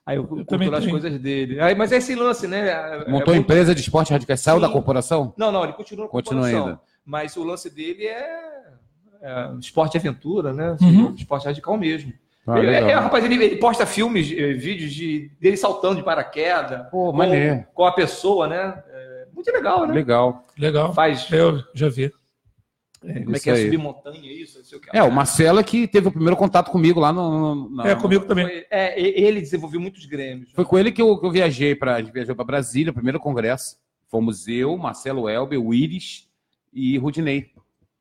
S1: Aí eu, curto
S3: também
S1: lá as
S3: tenho.
S1: coisas dele. Aí, mas é esse lance, né? É- é
S2: Montou
S1: muito-
S2: empresa de esporte radical. Saiu
S1: Sim.
S2: da corporação?
S1: Não, não, ele continua com a
S2: Continua
S1: produção.
S2: ainda.
S1: Mas o lance dele é, é esporte e aventura, né?
S3: Uhum.
S1: Esporte radical mesmo.
S2: Ah,
S1: Ele-
S2: legal.
S1: é, é, rapaz, ele, ele posta filmes, eh, vídeos de, dele saltando de paraquedas
S2: Pô,
S1: com,
S2: maneiro.
S1: com a pessoa, né? É, muito legal, né?
S2: Legal.
S3: Legal.
S1: Faz.
S3: Eu já vi.
S1: como é
S2: isso
S1: que é
S2: aí.
S1: subir montanha, isso? Não sei o que.
S2: É, o Marcelo é que teve o primeiro contato comigo lá no. no- na-
S3: é, comigo também.
S1: Foi- é, e- ele desenvolveu muitos grêmios. né?
S2: Foi com ele que eu, que eu viajei para viajou para Brasília, o primeiro congresso. Fomos eu, Marcelo Elber, o Iris e Rudinei.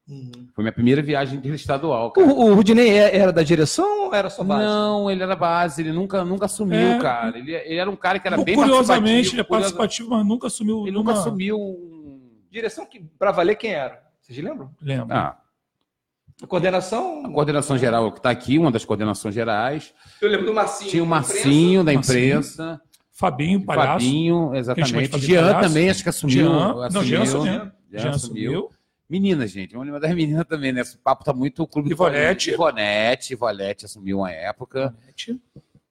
S1: Uhum.
S2: Foi minha primeira viagem interestadual. cara.
S1: O, o Rudinei é- era da direção ou era só base?
S2: Não, ele era base, ele nunca, nunca assumiu,
S3: É.
S2: cara. Ele, ele era um cara que era
S3: Bem
S2: bem
S3: Curiosamente, ele é
S2: curioso-
S3: participativo, mas nunca assumiu.
S2: Ele nunca
S3: numa-
S2: assumiu. um-
S3: é
S1: Direção que, pra valer, quem era? Vocês lembram?
S3: Lembro.
S2: Ah,
S1: A coordenação.
S9: A coordenação geral que
S2: tá
S9: está aqui, uma das coordenações gerais.
S1: Eu lembro do Marcinho.
S9: Tinha o
S1: da imprensa.
S9: Marcinho da
S3: Marcinho.
S9: imprensa,
S3: Fabinho,
S9: o
S3: palhaço.
S9: Fabinho,
S3: chama de
S9: exatamente.
S3: Fabinho
S9: Jean
S3: Palhaço.
S9: também, acho que assumiu.
S3: Jean, não, Jean
S9: Jean
S1: né?
S3: assumiu. Jean
S9: assumiu.
S3: assumiu.
S9: Meninas, gente, vamos lembrar das meninas também, né? Esse papo tá muito clube.
S3: Ivonete.
S9: Ivonete, Ivonete assumiu uma época.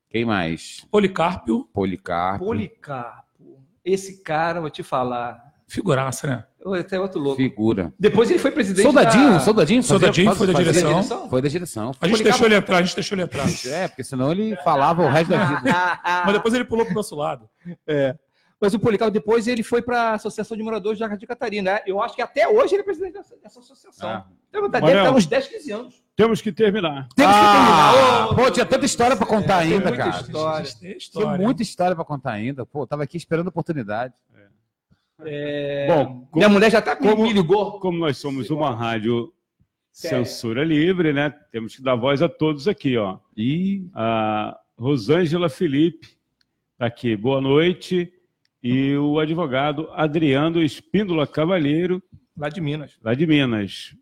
S9: Quem mais?
S3: Policarpio,
S9: Policarpo.
S1: Policarpo. Esse cara, vou te falar.
S3: figuraça, né?
S1: eu- Até outro louco.
S9: Figura.
S1: Depois ele foi presidente.
S9: Soldadinho,
S1: da...
S9: soldadinho. fazia-
S3: Soldadinho foi da
S9: fazia-
S3: direção.
S9: Foi da direção.
S3: A gente
S9: Policarpo-
S3: deixou ele entrar, a gente deixou ele entrar.
S9: É, porque senão ele falava o resto da vida.
S1: Ah.
S3: Mas depois ele pulou pro nosso lado.
S1: Mas o Policarpo, depois ele foi para a Associação de Moradores de Jardim de Catarina. Eu acho que até hoje ele é presidente dessa, dessa associação.
S9: Ah.
S1: Então, deve
S5: Manuel.
S1: estar uns 10, 15 anos.
S5: Temos que terminar.
S9: Temos que terminar.
S1: Ô,
S9: Ah! Pô, tinha tanta história pra contar
S1: tem
S9: ainda,
S1: muita
S9: cara.
S1: história.
S3: Tem
S9: Tinha
S3: história.
S9: muita história pra contar ainda. Pô, tava aqui esperando a oportunidade.
S5: Bom,
S1: Minha mulher já tá me,
S5: como-
S1: me ligou.
S5: como nós somos uma rádio
S1: Sério.
S5: censura livre, né? Temos que dar voz a todos aqui, ó.
S9: E
S5: A Rosângela Felipe está aqui. Boa noite. E o advogado Adriano Espíndola Cavalheiro,
S1: Lá de Minas.
S5: lá de Minas.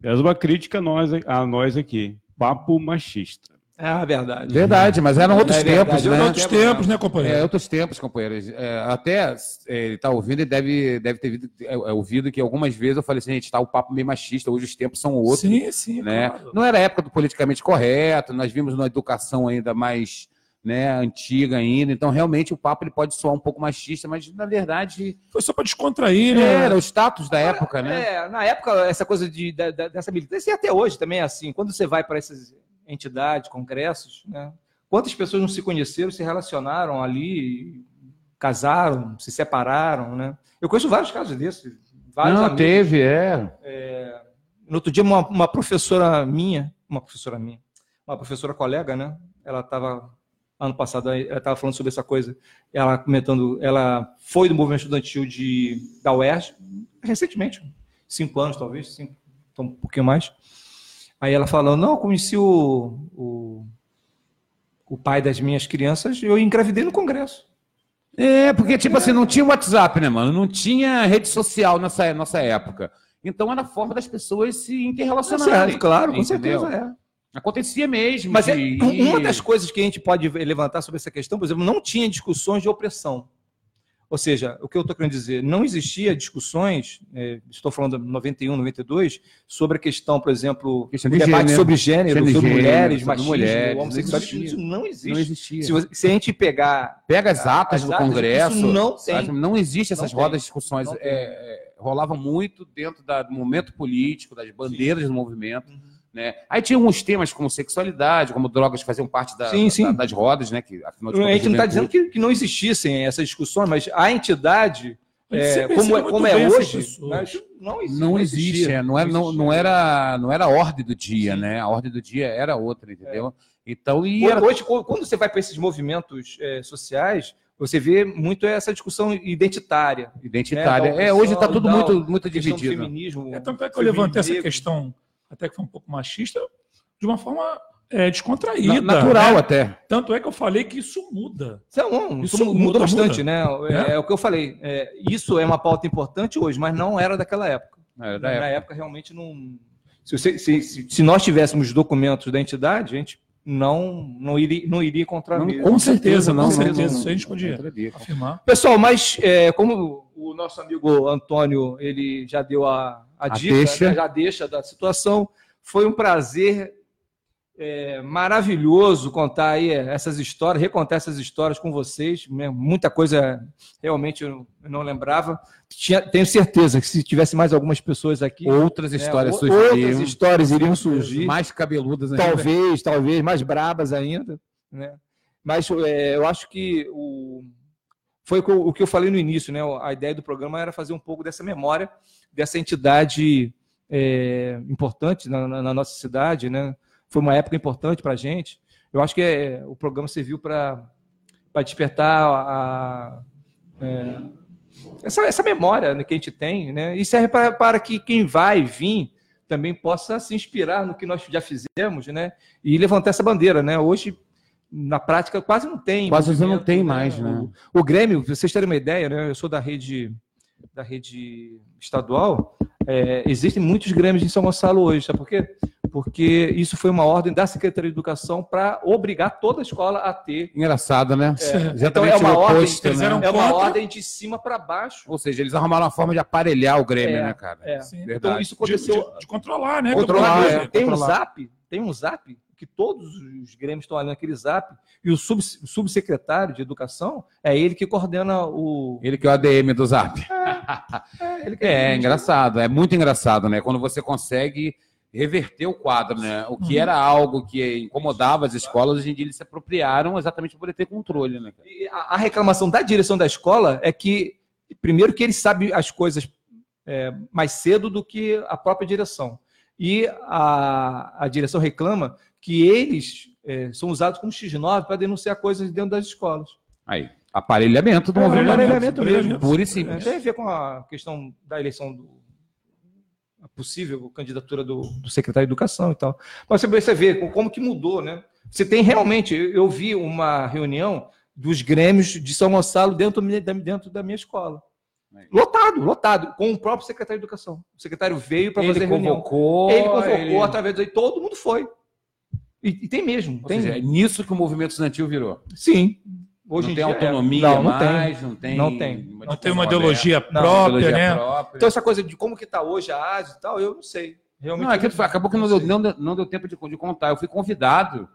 S5: Fez uma crítica a nós, a nós aqui. Papo machista.
S1: Ah, verdade.
S9: verdade, mas eram outros
S1: É
S9: tempos,
S1: verdade,
S9: né?
S3: Em outros tempos, né,
S9: É,
S3: companheiro?
S9: outros tempos, companheiros. É, até é, ele tá ouvindo e deve, deve ter vindo- é, é, ouvido que algumas vezes eu falei assim, gente, tá o papo meio machista, hoje os tempos são outros.
S3: Sim, sim.
S9: né?
S3: claro.
S9: Não era a época do politicamente correto, nós vimos uma educação ainda mais né, antiga ainda, então realmente o papo ele pode soar um pouco machista, mas na verdade
S3: Foi só pra descontrair, né?
S9: era o status da época, né?
S1: É, na época, essa coisa de, da- da- dessa militância, e até hoje também é assim, quando você vai para essas entidades, congressos, né, quantas pessoas não se conheceram, se relacionaram ali, casaram, se separaram, né? Eu conheço vários casos desses, vários
S9: Não,
S1: amigos.
S9: teve, é.
S1: No outro dia, uma, uma professora minha, uma professora minha, uma professora colega, né? Ela estava, ano passado, ela estava falando sobre essa coisa, ela comentando, ela foi do movimento estudantil de, da UERJ, recentemente, cinco anos talvez, cinco, então, um pouquinho mais. Aí ela falou, não, eu conheci o, o, o pai das minhas crianças, eu engravidei no congresso.
S9: É, porque, tipo assim, não tinha WhatsApp, né, mano? Não tinha rede social nessa, nossa época. Então era a forma das pessoas se interrelacionarem.
S1: claro, com
S9: Entendeu?
S1: certeza é.
S9: Acontecia mesmo.
S1: Mas é,
S9: de-
S1: uma das coisas que a gente pode levantar sobre essa questão, por exemplo, não tinha discussões de opressão. Ou seja, o que eu estou querendo dizer, não existia discussões, eh, estou falando de 91, 92, sobre a questão, por exemplo, o
S9: Questão de
S1: debate
S9: gênero.
S1: sobre gênero,
S9: Gênero,
S1: sobre
S9: gênero,
S1: mulheres,
S9: sobre
S1: machismo,
S9: mulheres, não
S1: homossexualismo,
S9: existia.
S1: isso não existe.
S9: Não existia.
S1: Se, você- se a gente pegar
S9: Pega as atas
S1: as
S9: do
S1: atas,
S9: Congresso.
S1: isso não tem.
S9: sabe? Não existe essas
S1: Não tem.
S9: rodas de discussões.
S1: Não tem.
S9: É, é, rolavam muito dentro da- do momento político, das bandeiras do movimento.
S1: Uhum.
S9: Né? Aí tinha uns temas como sexualidade, como drogas que faziam parte da-
S1: Sim, sim.
S9: da- das rodas, né? Que, afinal de
S1: a
S9: contas, é
S1: gente não está
S9: juventude-
S1: dizendo que, que não existissem essas discussões, mas a entidade,
S3: A gente
S1: eh,
S3: sempre
S1: como, é-
S3: recebeu
S1: como
S3: muito bem
S1: é
S3: essas
S1: hoje,
S3: pessoas.
S1: né, isso não existe.
S9: Não existe,
S1: existia,
S9: é, não, é, não, não
S1: existia.
S9: era não era a ordem do dia, né? A ordem do dia era outra, entendeu?
S1: É.
S9: Então, e era-
S1: Hoje, quando quando você vai para esses movimentos eh, sociais, você vê muito essa discussão identitária.
S9: identitária.
S1: É, da
S9: É, hoje está
S1: opressão,
S9: tudo
S1: da-
S9: muito,
S1: Questão do
S9: muito dividido.
S1: feminismo.
S3: É, tanto é que eu
S1: feminismo
S3: levantei essa
S1: negro.
S3: questão, até que foi um pouco machista, de uma forma é,
S9: Na-
S3: descontraída.
S9: natural
S3: né?
S9: até.
S3: Tanto é que eu falei que isso muda.
S1: Então, não,
S3: Isso
S1: isso mudou
S3: muda,
S1: bastante,
S3: muda.
S1: né? É, é o que eu falei. é, isso é uma pauta importante hoje, mas não era daquela época.
S9: Era É, da
S1: Na
S9: época.
S1: época, realmente não. Se, você- se- se- se nós tivéssemos documentos da entidade, a gente não, não, iria, não iria encontrar
S9: Não,
S1: mesmo.
S9: com certeza, não.
S3: com
S9: não,
S3: certeza,
S9: não,
S3: isso aí a gente podia.
S9: podia.
S3: Afirmar.
S1: Pessoal, mas é, como o nosso amigo Antônio ele já deu a, a, dica,
S9: deixa.
S1: né, já deixa da situação, foi um prazer é, maravilhoso contar aí é, essas histórias, recontar essas histórias com vocês. né, Muita coisa realmente eu não lembrava. Tinha- tenho certeza que se tivesse mais algumas pessoas aqui,
S9: Outras
S1: né,
S9: histórias
S1: o- outras
S9: surgiram,
S1: histórias iriam surgir
S9: mais
S2: né?
S9: cabeludas ainda.
S1: talvez, talvez, mais brabas ainda, né? Mas é, eu acho que o foi o que eu- o que eu falei no início, né? A ideia do programa era fazer um pouco dessa memória dessa entidade é, importante na, na- na nossa cidade, né? Foi uma época importante para a gente. Eu acho que é, o programa serviu para para despertar a- é, essa, essa memória né, que a gente tem, né? E serve pra- para que quem vai vir também possa se inspirar no que nós já fizemos, né? E levantar essa bandeira, né? Hoje, na prática, quase não tem.
S9: Quase você não
S1: movimento,
S9: tem mais, né?
S1: O, o Grêmio, pra vocês terem uma ideia, né? Eu sou da rede da rede estadual. é, existem muitos Grêmios em São Gonçalo hoje, sabe por quê? porque isso foi uma ordem da Secretaria de Educação para obrigar toda a escola a ter.
S2: Engraçado, né? Exatamente
S1: Então é uma
S2: o
S1: ordem,
S2: oposto,
S3: eles
S2: né?
S3: eram-
S1: É uma
S3: Contra.
S1: ordem de cima para baixo.
S9: É
S2: Ou seja, eles arrumaram uma forma de aparelhar o Grêmio,
S1: É,
S2: né, cara?
S1: é.
S3: Sim.
S1: Então
S2: Verdade.
S1: isso aconteceu.
S3: De, de- de controlar, né?
S2: Controlar,
S3: Campeonato.
S2: é.
S1: tem um
S2: controlar.
S1: zap, tem um zap que todos os grêmios estão ali naquele zap e o sub- subsecretário de Educação é ele que coordena o.
S2: Ele que é o ADM do Zap.
S1: É, ele que-
S2: É, é engraçado, é muito engraçado, né? Quando você consegue reverter o quadro, né? O que era algo que incomodava as escolas, hoje em dia eles se apropriaram exatamente para poder ter controle, né? cara?
S1: E a, a reclamação da direção da escola é que, primeiro, que ele sabe as coisas é, mais cedo do que a própria direção. E a, a direção reclama que eles é, são usados como X9 para denunciar coisas dentro das escolas.
S2: Aí, aparelhamento do
S3: É,
S2: movimento.
S1: aparelhamento mesmo.
S2: Puro e
S1: É,
S2: simples.
S1: tem a ver com a questão da eleição do a possível candidatura do, do secretário de Educação e tal. Mas você- você vê co- como que mudou, né? Você tem realmente, eu eu vi uma reunião dos grêmios de São Gonçalo dentro, mi- da- dentro da minha escola.
S2: Aí.
S1: Lotado, lotado, com o próprio secretário de Educação. O secretário veio para fazer
S2: Ele
S1: reunião.
S2: convocou.
S1: Ele convocou
S2: ele-
S1: através de todo mundo foi. E, e tem mesmo,
S2: Ou
S1: tem.
S2: seja, é nisso que o movimento estudantil virou.
S1: sim. Hoje
S2: não
S1: em dia,
S2: tem
S1: é.
S2: autonomia
S1: não, não tem.
S2: mais, não tem.
S1: Não tem.
S3: Não tem uma
S2: discussão aberta,
S3: ideologia
S1: Não,
S2: uma
S3: própria, né?
S2: ideologia própria.
S1: Então, essa coisa de como que está hoje a ASE e tal, eu não sei. Realmente.
S2: Não, é que tu fala, acabou que não deu,
S1: sei.
S2: não deu- não deu tempo de, de contar. Eu fui convidado,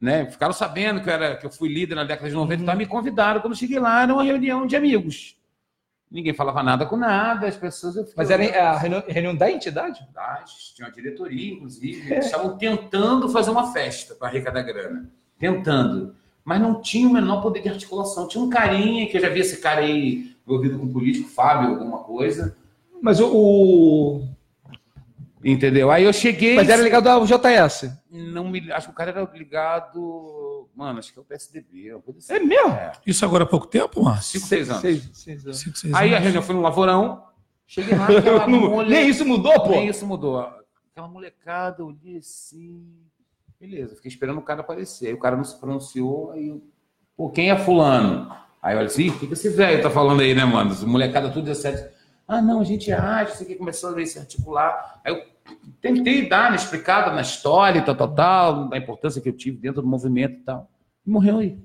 S2: né? Ficaram sabendo que eu, era, que eu fui líder na década de 90 e tal, me convidaram. Quando eu cheguei lá, era uma reunião de amigos. Ninguém falava nada com nada, as pessoas. Eu fiquei-
S1: Mas era é, a reunião, reunião da entidade?
S2: entidades, tá? tinha uma diretoria, inclusive, eles estavam tentando fazer uma festa para arrecadar grana. Tentando. Mas não tinha o menor poder de articulação. Tinha um carinha, que eu já vi esse cara aí envolvido com político, Fábio, alguma coisa.
S1: Mas o. o-
S2: Entendeu? Aí eu cheguei.
S1: Mas era ligado ao JS.
S2: Não me... Acho que o cara era ligado. Mano, acho que é o PSDB. Uma coisa assim.
S1: É mesmo?
S2: É,
S3: Isso agora há pouco tempo, Márcio?
S2: cinco, seis anos.
S1: Seis- seis anos.
S3: Cinco, seis
S2: Aí a
S3: anos.
S2: reunião foi no Lavorão. Cheguei lá, aquela mole-
S1: Nem isso mudou, pô!
S2: Nem isso mudou. Aquela molecada, eu olhei assim. Beleza, fiquei esperando o cara aparecer. Aí o cara não se pronunciou, aí eu. Pô, quem é fulano? Aí eu olha assim, "Ih, o que que esse velho tá falando aí, né, mano? Esse molecada tudo 17. Ah, não, a gente acha, isso aqui começou a ver se articular. Aí eu tentei dar uma explicada na história, e tal, tal, tal, da importância que eu tive dentro do movimento e tal. E morreu aí.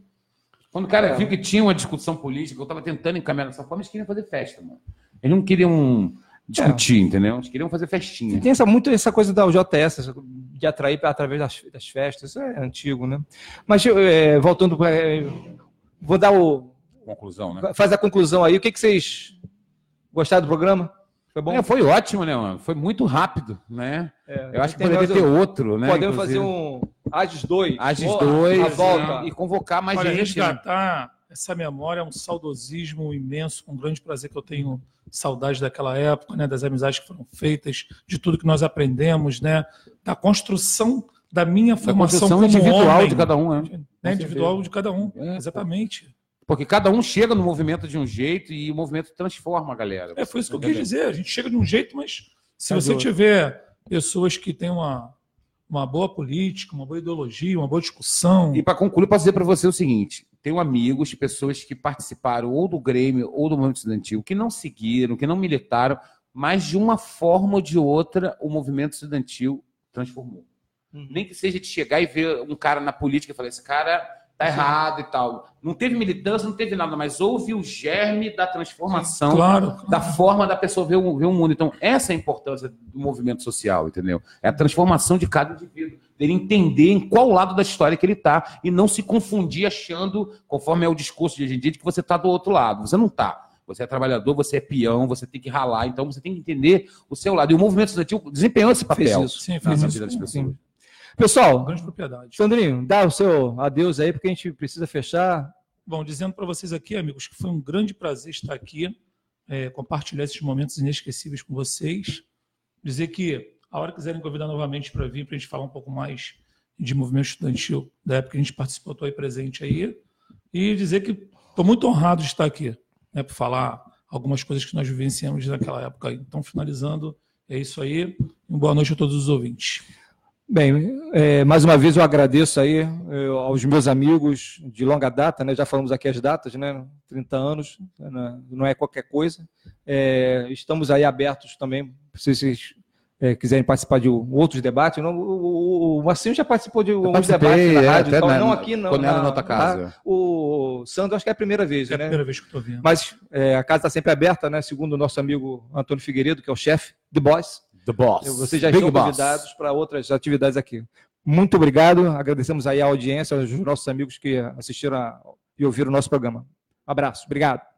S2: Quando o cara viu que tinha uma discussão política, eu tava tentando encaminhar dessa forma, eles queriam fazer festa, mano. Eles não queriam discutir, entendeu? Eles queriam fazer festinha.
S1: Tem essa, muito essa coisa da JS, essa co- de atrair pra- através das, das festas. Isso é antigo, né? Mas eu, é, voltando para. vou dar o.
S2: Conclusão, né?
S1: Faz a conclusão aí. O que, que vocês gostaram do programa? Foi bom?
S2: É, foi ótimo, né, mano? Foi muito rápido, né? eu acho que
S1: É, tem razão.
S2: poderia ter outro, né?
S1: Podemos
S2: inclusive.
S1: fazer um Ages 2.
S2: Agis
S1: Ou a-
S2: 2
S1: A volta.
S2: né? e convocar mais
S3: Olha,
S2: gente.
S1: tá
S2: né?
S3: resgatar essa memória é um saudosismo imenso, um grande prazer que eu tenho saudade daquela época, né, das amizades que foram feitas, de tudo que nós aprendemos, né, da construção da minha
S2: Da
S3: formação
S2: construção
S3: como
S2: individual
S3: homem,
S2: de cada um, É, né?
S3: né, individual de cada um, exatamente.
S2: Porque cada um chega no movimento de um jeito e o movimento transforma a galera.
S3: É, foi isso que eu quis dizer. A gente chega de um jeito, mas se
S1: Tá de
S3: você
S1: outro.
S3: tiver pessoas que têm uma, uma boa política, uma boa ideologia, uma boa discussão,
S2: E para concluir, posso dizer para você o seguinte: tenho amigos, pessoas que participaram ou do Grêmio ou do movimento estudantil, que não seguiram, que não militaram, mas de uma forma ou de outra o movimento estudantil transformou. Nem que seja de chegar e ver um cara na política e falar: esse cara tá errado e tal. Não teve militância, não teve nada, mas houve o germe da transformação
S3: claro,
S2: da forma da pessoa ver o, ver o mundo. Então, essa é a importância do movimento social, entendeu? É a transformação de cada indivíduo, dele entender em qual lado da história que ele está e não se confundir achando, conforme é o discurso de hoje em dia, de que você está do outro lado. Você não está. Você é trabalhador, você é peão, você tem que ralar, então você tem que entender o seu lado. E o movimento estudantil desempenhou esse
S1: Fez
S2: papel
S1: isso.
S3: sim,
S2: na
S3: fez
S2: vida das
S3: isso com
S2: pessoas.
S1: Pessoal,
S3: grande propriedade.
S1: Sandrinho, dá o seu adeus aí, porque a gente precisa fechar.
S3: Bom, dizendo para vocês aqui, amigos, que foi um grande prazer estar aqui, eh, compartilhar esses momentos inesquecíveis com vocês. Dizer que, a hora que quiserem convidar novamente para vir, para a gente falar um pouco mais de movimento estudantil, da época que a gente participou, estou aí presente aí. E dizer que estou muito honrado de estar aqui, né, para falar algumas coisas que nós vivenciamos naquela época. aí. Então, finalizando, é isso aí. Uma boa noite a todos os ouvintes.
S1: Bem, é, mais uma vez eu agradeço aí é, aos meus amigos de longa data, né? Já falamos aqui as datas, né? 30 anos, né, não é qualquer coisa. É, estamos aí abertos também, se vocês é, quiserem participar de outros debates, não, o, o, o Marcinho já participou de alguns
S2: participei,
S1: debates um na
S2: é,
S1: rádio,
S2: até
S1: e tal,
S2: na-
S1: não aqui, não.
S2: quando era
S1: na-
S2: na outra casa.
S1: lá. o Sandro, acho que é a primeira vez,
S3: É a
S1: né?
S3: primeira vez que eu tô vendo.
S1: Mas é, a casa está sempre aberta, né? Segundo o nosso amigo Antônio Figueiredo, que é o chefe, The Boss.
S2: The Boss.
S1: Vocês já
S2: Big
S1: estão
S2: Boss.
S1: convidados para outras atividades aqui. Muito obrigado. Agradecemos aí a audiência, aos nossos amigos que assistiram a- e ouviram o nosso programa. Abraço. Obrigado.